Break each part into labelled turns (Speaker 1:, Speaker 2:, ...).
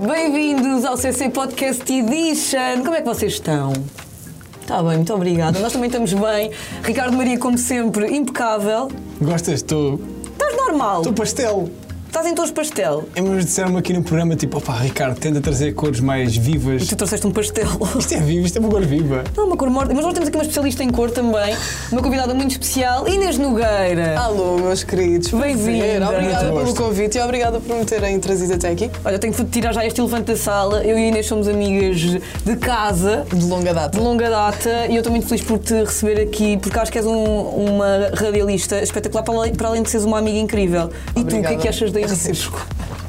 Speaker 1: Bem-vindos ao CC Podcast Edition. Como é que vocês estão? Está bem, muito obrigada. Nós também estamos bem. Ricardo Maria, como sempre, impecável.
Speaker 2: Gostas? Estou.
Speaker 1: Estás normal.
Speaker 2: Estou pastel!
Speaker 1: Estás em tons pastel.
Speaker 2: É, mas disseram-me aqui no programa tipo, opá, Ricardo, tenta trazer cores mais vivas.
Speaker 1: E tu trouxeste um pastel.
Speaker 2: Isto é vivo, isto é uma cor viva.
Speaker 1: Não, uma cor morta. Mas nós temos aqui uma especialista em cor também. Uma convidada muito especial, Inês Nogueira.
Speaker 3: Alô, meus queridos.
Speaker 1: Bem-vinda.
Speaker 3: Obrigada
Speaker 2: Muito
Speaker 3: pelo
Speaker 2: gosto.
Speaker 3: convite e obrigada por me terem trazido até aqui.
Speaker 1: Olha, tenho que tirar já este elefante da sala. Eu e a Inês somos amigas de casa.
Speaker 3: De longa data.
Speaker 1: de longa data e eu estou muito feliz por te receber aqui, porque acho que és um- uma radialista espetacular, para além, para além de seres uma amiga incrível. E tu, o que é que achas da Inês?
Speaker 3: Recíproco.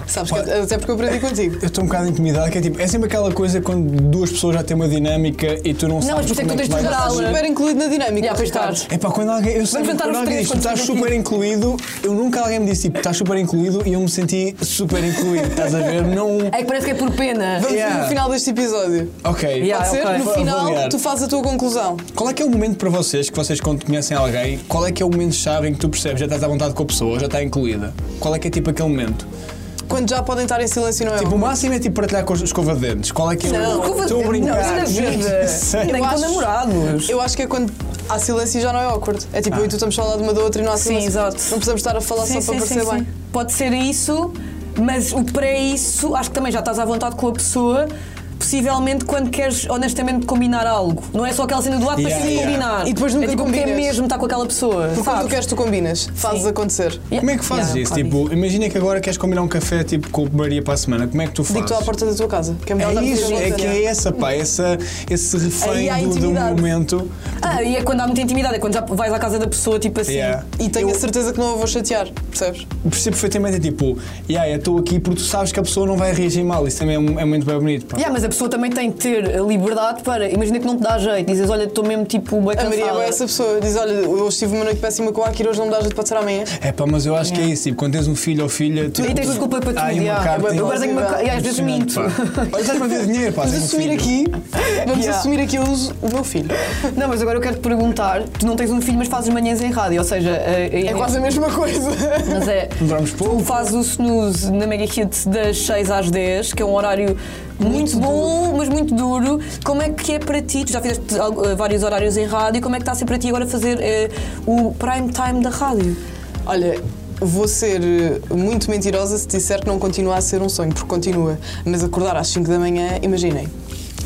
Speaker 3: Sabes que até porque eu aprendi contigo.
Speaker 2: Eu estou um bocado intimidado, que é tipo, é sempre aquela coisa quando duas pessoas já têm uma dinâmica e tu não,
Speaker 1: mas
Speaker 2: sabes
Speaker 1: por isso é que
Speaker 2: como
Speaker 1: tu tens de
Speaker 2: vai
Speaker 1: mudar.
Speaker 3: Estás
Speaker 2: dar.
Speaker 1: Aula.
Speaker 3: super incluído na dinâmica.
Speaker 1: Já, pois tá.
Speaker 3: Ricardo.
Speaker 1: estás.
Speaker 2: É pá, quando alguém. Eu sempre,
Speaker 1: jantar
Speaker 2: quando
Speaker 1: os
Speaker 2: alguém
Speaker 1: três
Speaker 2: diz, tu
Speaker 1: quando
Speaker 2: estás
Speaker 1: estiveres
Speaker 2: super
Speaker 1: aqui."
Speaker 2: incluído, eu nunca alguém me disse tipo, estás super incluído e eu me senti super incluído, estás a ver? Não.
Speaker 1: É que parece que é por pena.
Speaker 3: Vamos
Speaker 2: Yeah.
Speaker 3: no final deste episódio.
Speaker 2: Ok.
Speaker 1: Yeah. Ah,
Speaker 3: Pode ser?
Speaker 1: ok.
Speaker 3: No
Speaker 2: Vou
Speaker 3: final,
Speaker 2: avaliar.
Speaker 3: tu fazes a tua conclusão.
Speaker 2: Qual é que é o momento para vocês, que vocês quando conhecem alguém, qual é que é o momento chave em que tu percebes já estás à vontade com a pessoa, já está incluída? Qual é que é tipo aquele momento?
Speaker 3: Quando já podem estar em silêncio, não é?
Speaker 2: Tipo, o máximo é tipo partilhar com a escova de dentes. Qual é que é
Speaker 1: Não,
Speaker 2: o. Estou a
Speaker 1: não,
Speaker 2: brincar.
Speaker 1: isso na vida.
Speaker 2: Sei.
Speaker 1: Nem
Speaker 3: Eu
Speaker 1: com
Speaker 3: acho-
Speaker 2: um
Speaker 1: namorados.
Speaker 3: Eu acho que é quando há silêncio e já não é awkward. É
Speaker 2: Ah.
Speaker 3: tipo, eu e tu estamos a falar de uma da outra e não há
Speaker 1: Sim,
Speaker 3: silêncio.
Speaker 1: exato.
Speaker 3: Não precisamos estar a falar
Speaker 1: Sim,
Speaker 3: só para
Speaker 1: sim,
Speaker 3: parecer
Speaker 1: sim,
Speaker 3: bem.
Speaker 1: sim. Pode ser isso, mas o pré isso, acho que também já estás à vontade com a pessoa. Possivelmente quando queres honestamente combinar algo. Não é só aquela cena do lado para
Speaker 2: Yeah,
Speaker 1: se
Speaker 2: yeah.
Speaker 1: combinar.
Speaker 3: E depois nunca
Speaker 1: é tipo, quer
Speaker 3: combinas.
Speaker 1: mesmo estar com aquela pessoa.
Speaker 3: Porque quando
Speaker 1: sabes?
Speaker 3: tu queres, tu combinas. Fazes
Speaker 1: Sim.
Speaker 3: acontecer.
Speaker 1: Yeah.
Speaker 2: Como é que fazes
Speaker 1: Yeah,
Speaker 2: isso?
Speaker 1: claro.
Speaker 2: Tipo, imagina que agora queres combinar um café tipo com o Maria para a semana. Como é que tu fazes?
Speaker 3: Digo-te à porta da tua casa. Que é melhor
Speaker 2: É
Speaker 3: dar-te
Speaker 2: isso,
Speaker 3: ajuda,
Speaker 2: é que
Speaker 3: não
Speaker 2: é essa, pá, essa, esse
Speaker 3: Aí
Speaker 2: refém
Speaker 3: há
Speaker 2: do, do
Speaker 3: intimidade.
Speaker 2: momento.
Speaker 1: Ah, e é quando há muita intimidade, é quando já vais à casa da pessoa, tipo assim.
Speaker 2: Yeah.
Speaker 3: E tenho
Speaker 2: Eu-
Speaker 3: a certeza que não a vou chatear, percebes?
Speaker 2: Percebo perfeitamente, é tipo, yeah, eu estou aqui porque tu sabes que a pessoa não vai reagir mal. Isso também é, um- é muito bem bonito, pá.
Speaker 1: Yeah, mas a pessoa também tem que ter a liberdade para. Imagina que não te dá jeito, dizes, olha, estou mesmo tipo bem
Speaker 3: A Maria
Speaker 1: cansada.
Speaker 3: é essa pessoa, diz: Olha, eu estive uma noite péssima com a Akira, hoje não me dá jeito para ser amanhã.
Speaker 2: É pá, mas eu acho que é isso, tipo, quando tens um filho ou filha, tu.
Speaker 1: E tens desculpa para tudo.
Speaker 2: Ai, Ah, uma
Speaker 1: yeah.
Speaker 2: carta
Speaker 1: eu agora
Speaker 3: em-
Speaker 1: tenho uma. ca- E às vezes um minto.
Speaker 2: Pá. Olha, estás para ver dinheiro, pá.
Speaker 3: Vamos
Speaker 2: tens um
Speaker 3: assumir
Speaker 2: filho.
Speaker 3: aqui, vamos
Speaker 1: Yeah.
Speaker 3: assumir aqui, eu uso o meu filho. É
Speaker 1: Não, mas agora eu quero te perguntar: tu não tens um filho, mas fazes manhãs em rádio, ou seja. eh,
Speaker 3: É quase a mesma coisa.
Speaker 1: Mas é.
Speaker 2: Dormes pouco.
Speaker 1: Tu fazes o snooze na Mega Hit das 6 às 10, que é um horário muito, bom, mas muito duro. Como é que é para ti? Tu já fizeste al- eh, vários horários em rádio, como é que está a ser para ti agora fazer eh, o prime time da rádio?
Speaker 3: Olha, vou ser eh, muito mentirosa se disser que não continua a ser um sonho, porque continua. Mas acordar às 5 da manhã, imaginem.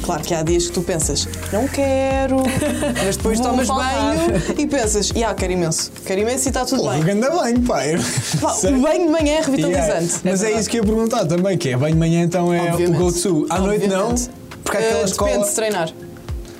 Speaker 3: Claro que há dias que tu pensas, não quero, mas depois
Speaker 1: Vou
Speaker 3: tomas
Speaker 1: faltar.
Speaker 3: banho e pensas, ah, quero imenso, quero imenso e está tudo
Speaker 2: Porra,
Speaker 3: bem.
Speaker 2: ganda bem, pá. Eu-
Speaker 3: Pá,
Speaker 2: Sei.
Speaker 3: o banho de manhã é revitalizante.
Speaker 2: Yeah. Mas é,
Speaker 3: verdade.
Speaker 2: isso que eu ia perguntar também, que é bem de manhã então é
Speaker 3: Obviamente.
Speaker 2: o go-to. À noite não,
Speaker 3: Obviamente.
Speaker 2: porque há aquela
Speaker 3: Eh,
Speaker 2: escola...
Speaker 3: Depende se treinar.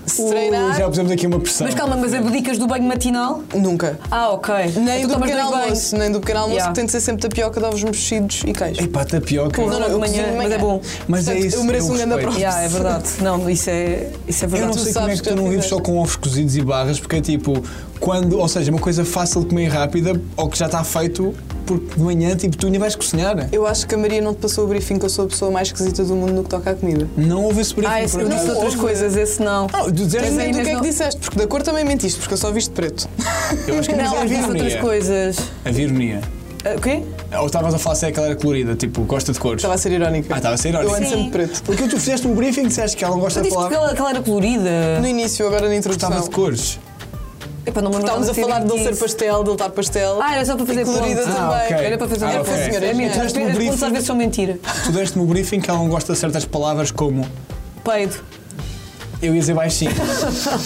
Speaker 3: Se
Speaker 2: Ui,
Speaker 3: treinar,
Speaker 2: já pusemos aqui uma pressão.
Speaker 1: Mas calma, mas abdicas do banho matinal?
Speaker 3: nunca.
Speaker 1: Ah, ok.
Speaker 3: Nem
Speaker 1: Então
Speaker 3: do
Speaker 1: tomas
Speaker 3: pequeno
Speaker 1: dois
Speaker 3: almoço, nem do pequeno almoço,
Speaker 1: Yeah.
Speaker 3: que tem de ser sempre tapioca de ovos mexidos e queijo.
Speaker 2: Epá, tapioca.
Speaker 1: Porra.
Speaker 3: não, eu
Speaker 1: de manhã,
Speaker 3: cozinho de
Speaker 1: mas é bom.
Speaker 2: Mas é
Speaker 3: Portanto,
Speaker 2: isso,
Speaker 3: Eu mereço
Speaker 2: eu
Speaker 3: um grande
Speaker 2: respeito.
Speaker 3: abraço.
Speaker 1: Yeah, é verdade. Não, isso é, isso é
Speaker 2: Eu
Speaker 1: verdade.
Speaker 2: não
Speaker 3: tu
Speaker 2: sei como é
Speaker 3: sabes
Speaker 2: que
Speaker 3: que
Speaker 2: tu
Speaker 3: eu
Speaker 2: não vives
Speaker 3: fizeste.
Speaker 2: só com ovos cozidos e barras, porque é tipo, quando, ou seja, uma coisa fácil de comer e rápida, ou que já está feito, porque de manhã, tipo, tu nem vais cozinhar.
Speaker 3: Eu acho que a Maria não te passou o briefing que eu sou a pessoa mais esquisita do mundo no que toca à comida.
Speaker 2: Não houve esse briefing.
Speaker 1: Ah, esse,
Speaker 2: por
Speaker 1: eu disse
Speaker 2: acaso.
Speaker 3: Não,
Speaker 1: outras
Speaker 3: ouve.
Speaker 1: coisas, esse não.
Speaker 2: Não, tu dizes-
Speaker 1: Mas
Speaker 3: Mas
Speaker 1: aí,
Speaker 3: do
Speaker 1: mas
Speaker 3: que é
Speaker 1: não-
Speaker 3: que disseste, porque da cor também mentiste, porque eu só viste preto.
Speaker 2: Eu acho que
Speaker 3: é
Speaker 2: é
Speaker 1: Não,
Speaker 2: não,
Speaker 1: eu disse
Speaker 2: havia
Speaker 1: outras
Speaker 2: ironia.
Speaker 1: coisas.
Speaker 2: Havia ironia.
Speaker 1: Ah, O quê?
Speaker 2: Ou estavas a falar se é que ela era colorida, tipo, gosta de cores.
Speaker 3: Estava a ser irónica.
Speaker 2: Ah, estava a ser irónica.
Speaker 3: Eu ando
Speaker 2: Sim.
Speaker 3: sempre preto.
Speaker 2: Porque tu fizeste um briefing, disseste que ela não gosta
Speaker 1: Tu
Speaker 2: de
Speaker 1: disse que
Speaker 2: falar.
Speaker 1: ela, que ela era colorida.
Speaker 3: No início, agora na introdução.
Speaker 2: Estava de cores.
Speaker 1: Epá, não me lembro
Speaker 3: Estávamos a
Speaker 1: nada de
Speaker 3: falar
Speaker 1: ter
Speaker 3: de ele ser
Speaker 1: dito isso.
Speaker 3: pastel, de ele estar pastel.
Speaker 1: Ah, era só para fazer
Speaker 3: E colorida
Speaker 1: pontos.
Speaker 2: Ah,
Speaker 3: também.
Speaker 2: ok.
Speaker 1: Era para fazer
Speaker 2: Ah,
Speaker 1: pontos.
Speaker 2: ok.
Speaker 1: É
Speaker 3: Tu
Speaker 1: mentira. As
Speaker 2: deste um
Speaker 1: pontos
Speaker 2: briefing.
Speaker 1: às vezes são mentira.
Speaker 2: Tu deste-me o briefing que ela não gosta de certas palavras como
Speaker 1: Peido.
Speaker 2: eu ia dizer baixinho.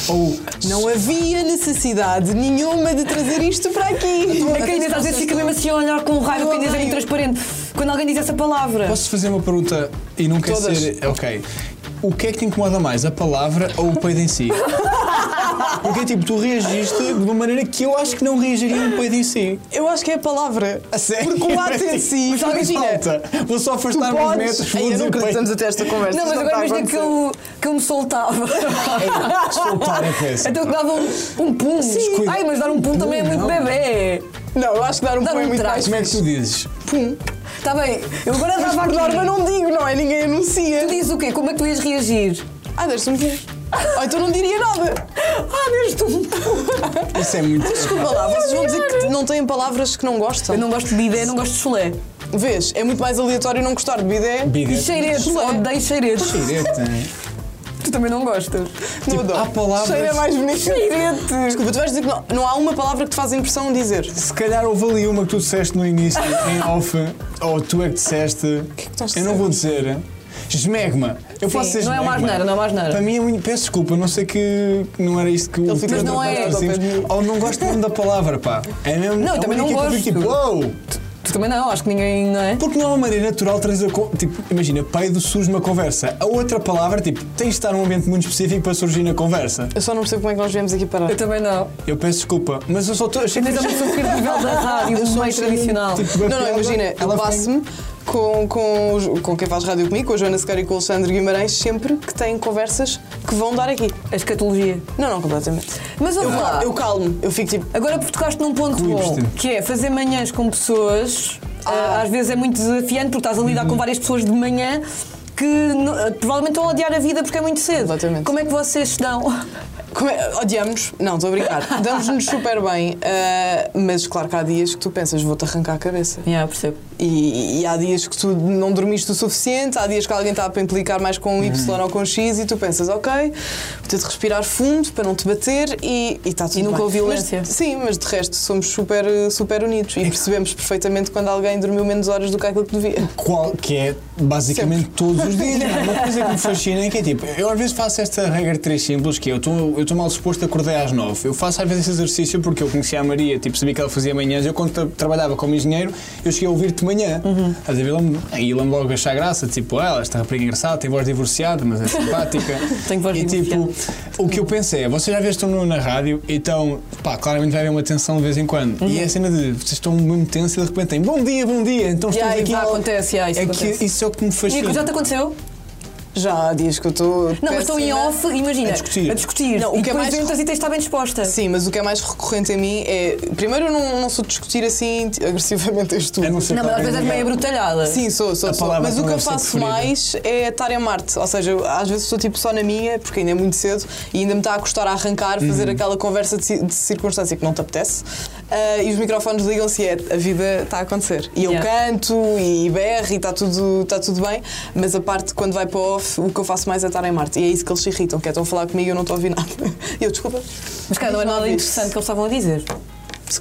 Speaker 2: Ou
Speaker 3: Não havia necessidade nenhuma de trazer isto para aqui. É
Speaker 1: A Inês às vezes fica mesmo assim a olhar com raiva,
Speaker 3: Eu
Speaker 1: porque a Inês é
Speaker 3: odeio.
Speaker 1: muito transparente. Quando alguém diz essa palavra.
Speaker 2: posso fazer uma pergunta e não quer
Speaker 3: Todas.
Speaker 2: ser. Ok. O que é que te incomoda mais, a palavra ou o peido em si? Porque tipo, tu reagiste de uma maneira que eu acho que não reagiria um peido em si.
Speaker 3: Eu acho que é a palavra.
Speaker 2: A sério?
Speaker 3: Porque o ato em si,
Speaker 2: Mas não
Speaker 3: imagina,
Speaker 2: falta. Vou só
Speaker 3: Tu
Speaker 2: afastar-me uns
Speaker 3: podes.
Speaker 2: metros. vou
Speaker 3: Ai, eu
Speaker 2: dizer
Speaker 3: nunca
Speaker 2: peido.
Speaker 3: estamos até esta conversa.
Speaker 1: Não, mas
Speaker 3: isto
Speaker 1: agora
Speaker 3: está a
Speaker 1: imagina que eu, que eu me soltava.
Speaker 2: Soltar é péssimo.
Speaker 1: Então que dava um, um pum.
Speaker 2: Sim.
Speaker 1: Ai, mas dar um pum também é muito
Speaker 2: Não.
Speaker 1: bebê.
Speaker 3: acontecer. Não, eu acho que dar um
Speaker 1: Dá
Speaker 3: pão é
Speaker 1: um
Speaker 3: muito
Speaker 1: trago.
Speaker 3: mais
Speaker 2: Como é que
Speaker 3: fixe.
Speaker 2: tu dizes?
Speaker 3: Pum.
Speaker 1: Está Tá bem, eu agora
Speaker 3: Mas
Speaker 1: dava
Speaker 3: por
Speaker 1: aqui.
Speaker 3: norma não digo, não é? Ninguém anuncia.
Speaker 1: Tu dizes o quê? Como é que tu ias reagir?
Speaker 3: Ah, deste-me ver. Ou então não diria nada.
Speaker 1: Ah, deste um pum.
Speaker 2: Isso é muito.
Speaker 3: Desculpa lá, vocês vão dizer que não têm palavras que não gostam.
Speaker 1: Eu não gosto de bidé, não gosto de chulé.
Speaker 3: Vês, é muito mais aleatório não gostar de bidé.
Speaker 1: E
Speaker 2: Bidet.
Speaker 1: cheiretes,
Speaker 3: Chulé.
Speaker 1: odeio cheiretes.
Speaker 2: Bidet, né?
Speaker 1: Tu também não gostas.
Speaker 3: Não
Speaker 2: Tipo,
Speaker 3: adoro.
Speaker 2: há palavras-
Speaker 3: Cheiro é mais bonito.
Speaker 1: Cheirete.
Speaker 3: Desculpa, tu vais dizer que não, não há uma palavra que te faz impressão dizer.
Speaker 2: Se calhar houve ali uma que tu disseste no início, em off, ou tu é que disseste. O
Speaker 3: que é que estás a
Speaker 2: Eu não
Speaker 3: dizer?
Speaker 2: vou dizer. Esmegma. Eu
Speaker 1: Sim,
Speaker 2: posso dizer
Speaker 1: não é uma
Speaker 2: esmegma.
Speaker 1: asneira, não é uma asneira.
Speaker 2: Para mim é muito. Peço desculpa, não sei que que não era isto que o.
Speaker 3: fica
Speaker 2: Pedro
Speaker 1: Mas não é.
Speaker 2: Costa Simões-
Speaker 3: ao pé de mim.
Speaker 2: Ou não gosto mesmo da palavra, pá. É mesmo.
Speaker 1: Não, eu
Speaker 2: a
Speaker 1: também não
Speaker 2: única que eu fico Tipo,
Speaker 1: gosto.
Speaker 2: "Uou!"
Speaker 1: Tu também não, acho que ninguém, não é?
Speaker 2: Porque não é uma maneira natural trazer. co- Tipo, imagina, peido surge numa conversa. A outra palavra, tipo, tens de estar num ambiente muito específico para surgir na conversa.
Speaker 3: Eu só não percebo como é que nós viemos aqui parar.
Speaker 1: Eu também não.
Speaker 2: Eu peço desculpa, mas eu só estou. Achei que
Speaker 1: Mas também sou credível da rádio, do
Speaker 3: um
Speaker 1: meio tradicional.
Speaker 2: Tipo,
Speaker 3: Não,
Speaker 2: a
Speaker 3: não,
Speaker 2: piada,
Speaker 3: imagina, eu
Speaker 2: ela vem-
Speaker 3: passo-me com, com, os- com quem faz rádio comigo, com a Joana Sequeira e com o Alexandre Guimarães, sempre que têm conversas que vão dar aqui.
Speaker 1: A escatologia.
Speaker 3: Não, não, completamente.
Speaker 1: Mas
Speaker 3: Eu,
Speaker 1: vamos lá.
Speaker 2: Ah.
Speaker 3: eu calmo, eu fico tipo.
Speaker 1: Agora porque tocaste num ponto
Speaker 2: Ui,
Speaker 1: bom,
Speaker 2: Cristina.
Speaker 1: que é fazer manhãs com pessoas, ah, às vezes é muito desafiante porque estás a lidar com várias pessoas de manhã que no- ah, provavelmente estão a odiar a vida porque é muito cedo.
Speaker 3: Exatamente.
Speaker 1: Como é que vocês se dão?
Speaker 3: Como é? Odiamos? Não, estou a brincar. Damos-nos super bem, ah, mas claro que há dias que tu pensas, vou-te arrancar a cabeça.
Speaker 1: Yeah, percebo.
Speaker 3: E, e há dias que tu não dormiste o suficiente, há dias que alguém está a implicar mais com o Y ou com o X e tu pensas, ok, vou ter de respirar fundo para não te bater e e está tudo
Speaker 1: E nunca
Speaker 3: bem.
Speaker 1: houve violência.
Speaker 3: Mas- sim, mas de resto somos super, super unidos e percebemos perfeitamente quando alguém dormiu menos horas do que aquilo que devia.
Speaker 2: Qual, que é basicamente todos os dias. Uma coisa que me fascina é que é tipo, eu às vezes faço esta regra de três simples que é, eu estou eu tô mal disposto, acordei às nove. Eu faço às vezes esse exercício porque eu conhecia a Maria, tipo, sabia que ela fazia manhãs. Eu quando tra- trabalhava como engenheiro, eu cheguei a ouvir-te de manhã.
Speaker 1: Uhum.
Speaker 2: Estás a ver? Lembro-me- Aí lembro logo achar graça, tipo, ah, ela está rapariga engraçada, tem voz divorciada, mas é simpática.
Speaker 1: Tem voz
Speaker 2: e, tipo, o que eu pensei é, vocês já vezes estão no- na rádio, então, pá, claramente vai haver uma tensão de vez em quando.
Speaker 1: Uhum.
Speaker 2: E é a cena de, vocês estão muito tensos e de repente tem, bom dia, bom dia, então
Speaker 1: Yeah,
Speaker 2: estamos
Speaker 1: e
Speaker 2: aqui
Speaker 1: pá,
Speaker 2: ao-
Speaker 1: acontece, yeah, isso
Speaker 2: é
Speaker 1: acontece.
Speaker 2: que isso é o que me
Speaker 1: Nico, já tá-
Speaker 2: fascina.
Speaker 1: te aconteceu?
Speaker 3: Já há dias que eu estou.
Speaker 1: Não, mas estão em off, imagina.
Speaker 2: A discutir.
Speaker 3: né? Não, o
Speaker 1: e
Speaker 3: que é
Speaker 1: depois
Speaker 3: mais-
Speaker 1: entras e tens de estar bem disposta.
Speaker 3: Sim, mas o que é mais recorrente em mim é. Primeiro, eu não, não sou de discutir assim agressivamente este tudo.
Speaker 2: A É não ser
Speaker 1: Não,
Speaker 2: que
Speaker 1: mas às vezes
Speaker 2: alguém
Speaker 1: és meio
Speaker 2: diga,
Speaker 1: abrutalhada.
Speaker 3: Sim, sou, sou,
Speaker 2: A
Speaker 3: sou.
Speaker 2: palavra
Speaker 3: Mas
Speaker 2: que
Speaker 3: o que
Speaker 2: não
Speaker 3: eu
Speaker 2: deve ser
Speaker 3: faço
Speaker 2: preferida.
Speaker 3: mais é estar em Marte. Ou seja, eu, às vezes estou tipo só na minha, porque ainda é muito cedo e ainda me está a custar a arrancar, fazer
Speaker 2: Uhum.
Speaker 3: aquela conversa de, ci- de circunstância que não te apetece. Ah, e os microfones ligam-se e é, a vida está a acontecer. E eu
Speaker 1: Yeah.
Speaker 3: canto e berro e está tudo, está tudo bem, mas a parte quando vai para o off, o que eu faço mais é estar em Marte. E é isso que eles se irritam, que é estão a falar comigo e eu não estou a ouvir nada. E eu, desculpa.
Speaker 1: Mas cara, não é nada interessante que eles estavam a dizer.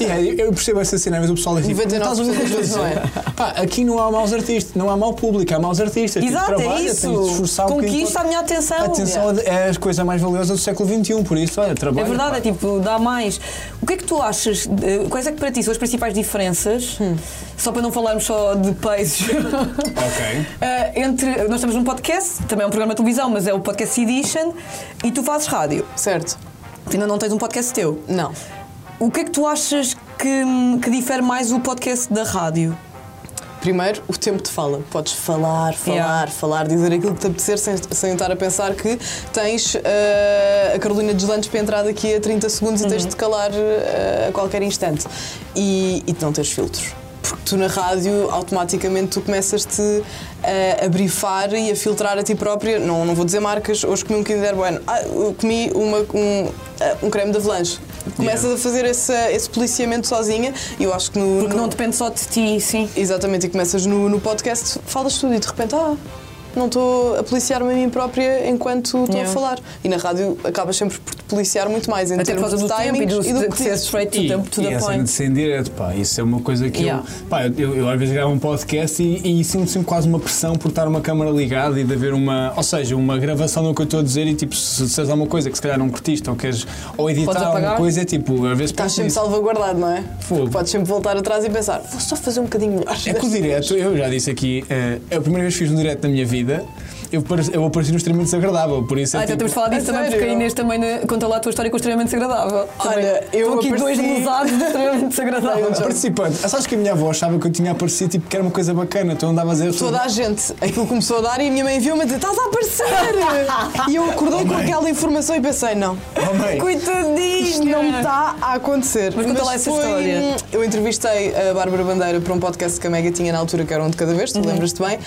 Speaker 2: Yeah, eu- eu percebo essa cena, mas o pessoal é tipo,
Speaker 3: 99% das vezes não é.
Speaker 2: Pá, aqui não há maus artistas, não há mau público, há maus artistas. Tipo,
Speaker 1: Exato, é
Speaker 2: trabalha,
Speaker 1: isso.
Speaker 2: tens de esforçar um bocadinho.
Speaker 1: Conquista a minha atenção.
Speaker 2: A atenção é a coisa mais valiosa do século XXI, por isso, olha, trabalha.
Speaker 1: É verdade,
Speaker 2: pá.
Speaker 1: é tipo, dá mais. O que é que tu achas? eh, Quais é que para ti são as principais diferenças? Só para não falarmos só de países.
Speaker 2: Ok.
Speaker 1: Eh, entre. Nós estamos num podcast, também é um programa de televisão, mas é o Podcast Edition, e tu fazes rádio.
Speaker 3: Certo.
Speaker 1: Tu ainda não tens um podcast teu.
Speaker 3: Não.
Speaker 1: O que é que tu achas que, que difere mais o podcast da rádio?
Speaker 3: Primeiro, o tempo de fala. Podes falar, falar,
Speaker 1: Yeah.
Speaker 3: falar, dizer aquilo que te apetecer sem, sem estar a pensar que tens eh, a Carolina Deslandes para entrar daqui a 30 segundos e
Speaker 1: Uhum.
Speaker 3: tens de te calar eh, a qualquer instante. E, e de não teres filtros. Porque tu na rádio, automaticamente, tu começas-te eh, a brifar e a filtrar a ti própria. Não, não vou dizer marcas, hoje comi um Kinder Bueno. Ah, eu comi uma, um, eh, um creme de avalanche. Começas a fazer esse, esse policiamento sozinha e eu acho que no.
Speaker 1: Porque
Speaker 3: no-
Speaker 1: não depende só de ti, sim.
Speaker 3: Exatamente, e começas no, no podcast, falas tudo e de repente, ah, não estou a policiar-me a mim própria enquanto estou
Speaker 1: Yeah.
Speaker 3: a falar. E na rádio acabas sempre por te policiar muito mais em
Speaker 1: Até por
Speaker 3: termos
Speaker 1: causa do
Speaker 3: de
Speaker 1: tempo e
Speaker 3: timings
Speaker 1: do,
Speaker 3: e do
Speaker 1: de,
Speaker 3: que
Speaker 1: ser
Speaker 3: dizes.
Speaker 1: straight to,
Speaker 2: E-
Speaker 1: the, to
Speaker 2: e
Speaker 1: the
Speaker 2: essa de
Speaker 1: point.
Speaker 2: ser em direto, pá, isso é uma coisa que
Speaker 1: Yeah.
Speaker 2: eu, pá, eu, eu às vezes gravo um podcast e, e sinto sempre quase uma pressão por estar uma câmara ligada e de haver uma, ou seja, uma gravação do que eu estou a dizer e tipo, se disseres alguma coisa que se calhar não curtiste ou queres ou
Speaker 1: Podes
Speaker 2: editar alguma
Speaker 1: apagar?
Speaker 2: coisa, é tipo, às vezes
Speaker 3: Estás
Speaker 2: penso
Speaker 3: sempre
Speaker 2: nisso.
Speaker 3: salvaguardado, não é?
Speaker 2: Fogo.
Speaker 3: Podes sempre voltar atrás e pensar, vou só fazer um bocadinho melhor.
Speaker 2: É que o direto, eu já disse aqui, eh, é a primeira vez que fiz um direto na minha vida, eu, pare- eu apareci num extremamente desagradável, por isso é
Speaker 1: Ah, então
Speaker 2: tipo,
Speaker 1: temos de falar disso
Speaker 3: a
Speaker 1: também, porque a
Speaker 3: sério?
Speaker 1: Inês também né, conta lá a tua história com o extremamente desagradável. Também.
Speaker 3: Olha, eu
Speaker 1: Estão aqui dois
Speaker 3: apareci-
Speaker 1: lesados do extremamente desagradável.
Speaker 2: Ah, Participante, Ah, sabes que a minha avó achava que eu tinha aparecido tipo, que era uma coisa bacana, então andava a dizer
Speaker 3: Toda a gente, aquilo começou a dar e a minha mãe viu-me a dizer, estás a aparecer! e eu acordei com aquela informação e pensei, não,
Speaker 2: Oh, mãe.
Speaker 1: Coitadinha!
Speaker 3: Isto não me
Speaker 1: tá
Speaker 3: está a acontecer.
Speaker 1: é. Mas conta lá essa história.
Speaker 3: Eu entrevistei a Bárbara
Speaker 1: Uhum.
Speaker 3: Bandeira para um podcast que a Mega tinha na altura, que era um de cada vez, tu lembras-te bem.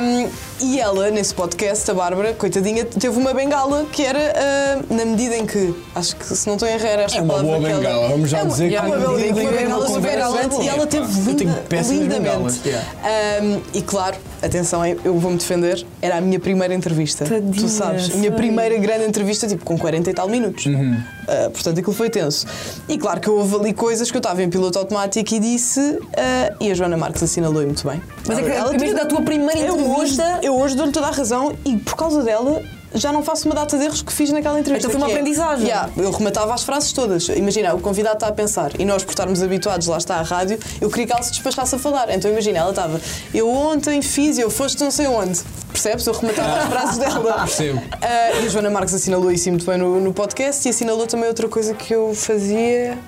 Speaker 3: Um, e ela, nesse nesse podcast, a Bárbara, coitadinha, teve uma bengala que era ah, na medida em que, acho que se não estou em errar, esta
Speaker 2: É uma
Speaker 3: palavra
Speaker 2: boa
Speaker 3: que ela-
Speaker 2: bengala, vamos já
Speaker 3: É uma-
Speaker 2: dizer que
Speaker 3: é uma
Speaker 2: na
Speaker 3: bela-
Speaker 2: medida em que
Speaker 3: uma
Speaker 2: é
Speaker 3: bengala
Speaker 2: uma
Speaker 3: super
Speaker 2: conversa
Speaker 3: elegante e
Speaker 2: boa.
Speaker 3: ela teve
Speaker 2: Epá, é. eu tenho
Speaker 3: linda-
Speaker 2: péssimas bengalas,
Speaker 3: lindamente.
Speaker 2: yeah.
Speaker 3: Ahm, e claro, atenção, eu vou-me defender, era a minha primeira entrevista.
Speaker 1: Tadinha,
Speaker 3: tu sabes, a minha
Speaker 1: sério.
Speaker 3: primeira grande entrevista, tipo, com 40 e tal minutos. Ah, portanto, aquilo foi tenso. E claro que houve ali coisas que eu estava em piloto automático e disse, ah, e a Joana Marques assinalou-lhe muito bem.
Speaker 1: Mas é que
Speaker 3: Ela
Speaker 1: imagina
Speaker 3: tinha-
Speaker 1: a tua primeira
Speaker 3: eu hoje,
Speaker 1: entrevista.
Speaker 3: eu hoje dou-lhe toda a razão e por causa dela já não faço uma data de erros que fiz naquela entrevista.
Speaker 1: Então foi uma
Speaker 3: que é-
Speaker 1: aprendizagem.
Speaker 3: Yeah, eu rematava as frases todas. Imagina, o convidado está a pensar e nós, por estarmos habituados, lá está a rádio, eu queria que ela se despachasse a falar. Então imagina, ela estava, eu ontem fiz, eu foste não sei onde. Percebes? Eu rematava as frases dela.
Speaker 2: Percebo.
Speaker 3: Ah, e a Joana Marques assinalou isso muito bem no, no podcast e assinalou também outra coisa que eu fazia.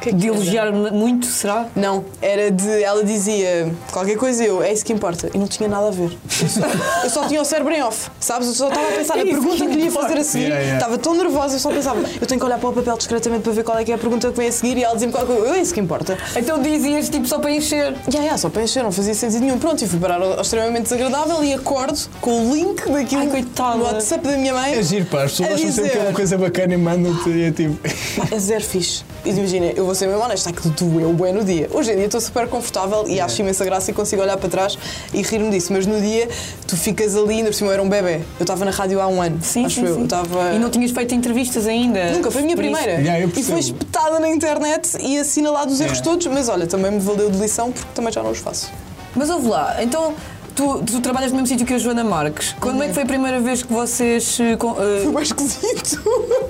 Speaker 3: Que é que
Speaker 1: De
Speaker 3: era?
Speaker 1: elogiar muito, será?
Speaker 3: Não, era de. Ela dizia qualquer coisa e eu, é isso que importa. E não tinha nada a ver. Eu só, eu só tinha o cérebro em off, sabes? Eu só estava a pensar na
Speaker 1: É isso
Speaker 3: pergunta
Speaker 1: que
Speaker 3: que lhe ia fazer a
Speaker 1: importa.
Speaker 3: seguir.
Speaker 2: Yeah, yeah.
Speaker 3: Estava tão nervosa, eu só pensava, eu tenho que olhar para o papel discretamente para ver qual é que é a pergunta que vem a seguir e ela dizia-me qualquer coisa. Eu, é isso que importa.
Speaker 1: Então dizias tipo só para encher.
Speaker 3: Ya, ya, só para encher, não fazia sentido nenhum. Pronto, e fui parar ao ao extremamente desagradável e acordo com o link daquilo
Speaker 1: Ai, coitada.
Speaker 3: no WhatsApp da minha mãe.
Speaker 2: É giro, pá, as pessoas
Speaker 3: A
Speaker 2: acham sempre que é uma
Speaker 3: dizer-
Speaker 2: coisa bacana e mandam-te e é tipo.
Speaker 3: Pá, É zero fixe. E Imagina, eu vou ser mesmo honesta, aquilo doeu bué no dia. Hoje em dia estou super confortável e acho imensa graça e consigo olhar para trás e rir-me disso. Mas no dia tu ficas ali, ainda por cima eu era um bebê. Eu estava na rádio há um ano, acho eu. Eu estava...
Speaker 1: E não tinhas feito entrevistas ainda?
Speaker 3: Nunca, foi a minha
Speaker 1: Por isso.
Speaker 3: primeira.
Speaker 2: Yeah, eu
Speaker 3: e
Speaker 2: percebo.
Speaker 3: foi espetada na internet e assinalado os erros
Speaker 2: Yeah.
Speaker 3: todos, mas olha, também me valeu de lição porque também já não os faço.
Speaker 1: Mas ouve lá, então tu, tu trabalhas no mesmo sítio que a Joana Marques. Quando é que foi a primeira vez que vocês. eh, com- eh,
Speaker 3: Foi mais esquisito.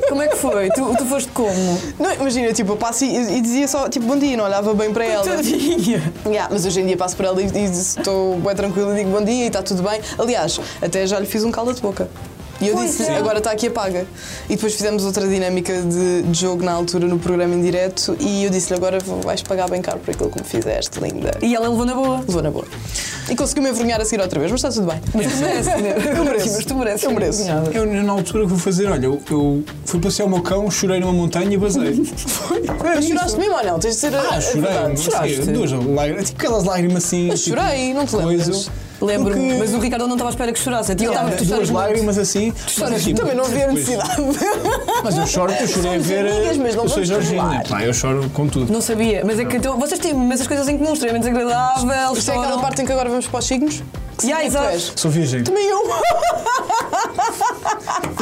Speaker 1: como é que foi? tu, tu foste como?
Speaker 3: Não, imagina, tipo, eu passo e, e dizia só, tipo, bom dia, e não olhava bem para ela.
Speaker 1: Tadinha!
Speaker 3: Yeah, mas hoje em dia passo por ela e, e estou bem tranquila e digo bom dia e está tudo bem. Aliás, até já lhe fiz um cala de boca. E eu
Speaker 1: Pois
Speaker 3: disse,
Speaker 1: é.
Speaker 3: agora está aqui apaga. E depois fizemos outra dinâmica de, de jogo na altura no programa em direto e eu disse-lhe, agora vou- vais pagar bem caro por aquilo que me fizeste, linda. E
Speaker 1: E ela levou na boa.
Speaker 3: levou na boa. E conseguiu-me envergonhar a seguir outra vez, mas está tudo bem.
Speaker 1: Mas tu mereces, né?
Speaker 3: Eu mereço.
Speaker 1: Mas tu mereces.
Speaker 3: Eu mereço.
Speaker 1: Obrigada.
Speaker 2: É, Eu, eu na altura o que fui fazer, olha, eu, eu fui passear o meu cão, chorei numa montanha e basei. Foi.
Speaker 3: Mas choraste mesmo ou não? Tens de ser a-
Speaker 2: Ah,
Speaker 3: a
Speaker 2: chorei,
Speaker 3: verdade.
Speaker 2: não sei,
Speaker 1: choraste?
Speaker 2: duas lágrimas, tipo aquelas lágrimas assim.
Speaker 3: Eu
Speaker 2: tipo,
Speaker 3: chorei, não te lembras?
Speaker 1: Lembro-me,
Speaker 2: Porque-
Speaker 1: mas o Ricardo não estava à espera que chorasse. Então,
Speaker 3: Yeah.
Speaker 1: estava
Speaker 2: Duas lágrimas assim.
Speaker 1: choras,
Speaker 2: mas, tipo,
Speaker 3: Também não havia
Speaker 2: depois-
Speaker 3: necessidade.
Speaker 2: Mas eu choro, eu chorei a
Speaker 3: Somos
Speaker 2: ver.
Speaker 3: amigas, mas não
Speaker 2: eu sou
Speaker 3: vamos
Speaker 2: Jorginho.
Speaker 3: falar.
Speaker 2: Pá, eu choro com tudo.
Speaker 1: Não sabia, mas é que então, vocês têm imensas coisas em comum, extremamente desagradável.
Speaker 3: Isto é aquela
Speaker 1: choram.
Speaker 3: parte em que agora vamos para os signos? Que
Speaker 1: Yeah,
Speaker 3: signo é que tu
Speaker 1: exato.
Speaker 3: és?
Speaker 2: Sou virgem.
Speaker 3: Também eu.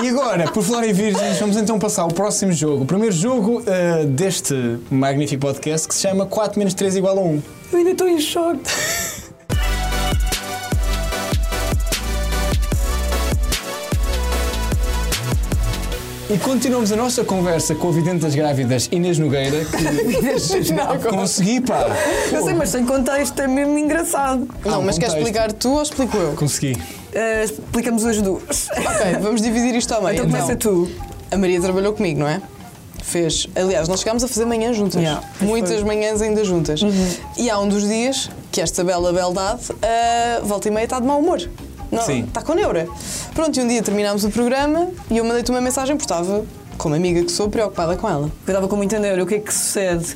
Speaker 2: E agora, por falar em virgens, vamos então passar ao próximo jogo. O primeiro jogo ah, deste magnífico podcast que se chama 4 menos 3 igual a 1.
Speaker 1: Eu ainda estou em choque.
Speaker 2: E continuamos a nossa conversa com a vidente das grávidas, Inês Nogueira, que consegui, pá.
Speaker 1: Eu sei, mas sem contexto é mesmo engraçado.
Speaker 3: Não, mas queres
Speaker 2: contexto.
Speaker 3: explicar tu ou explico eu?
Speaker 2: Consegui.
Speaker 1: Ah, explicamos as duas.
Speaker 3: Ok, vamos dividir isto ao meio.
Speaker 1: Então começa tu.
Speaker 3: A Maria trabalhou comigo, não é? Fez. Aliás, nós chegámos a fazer manhãs juntas.
Speaker 1: Yeah, pois
Speaker 3: Muitas
Speaker 1: foi.
Speaker 3: manhãs ainda juntas. E há um dos dias que esta bela beldade ah, volta e meia está de mau humor. Não,
Speaker 2: Sim.
Speaker 3: Está com neura. Pronto, e um dia terminámos o programa e eu mandei-te uma mensagem porque estava, como amiga que sou, preocupada com ela.
Speaker 1: Eu estava com muita neura, o que é que sucede?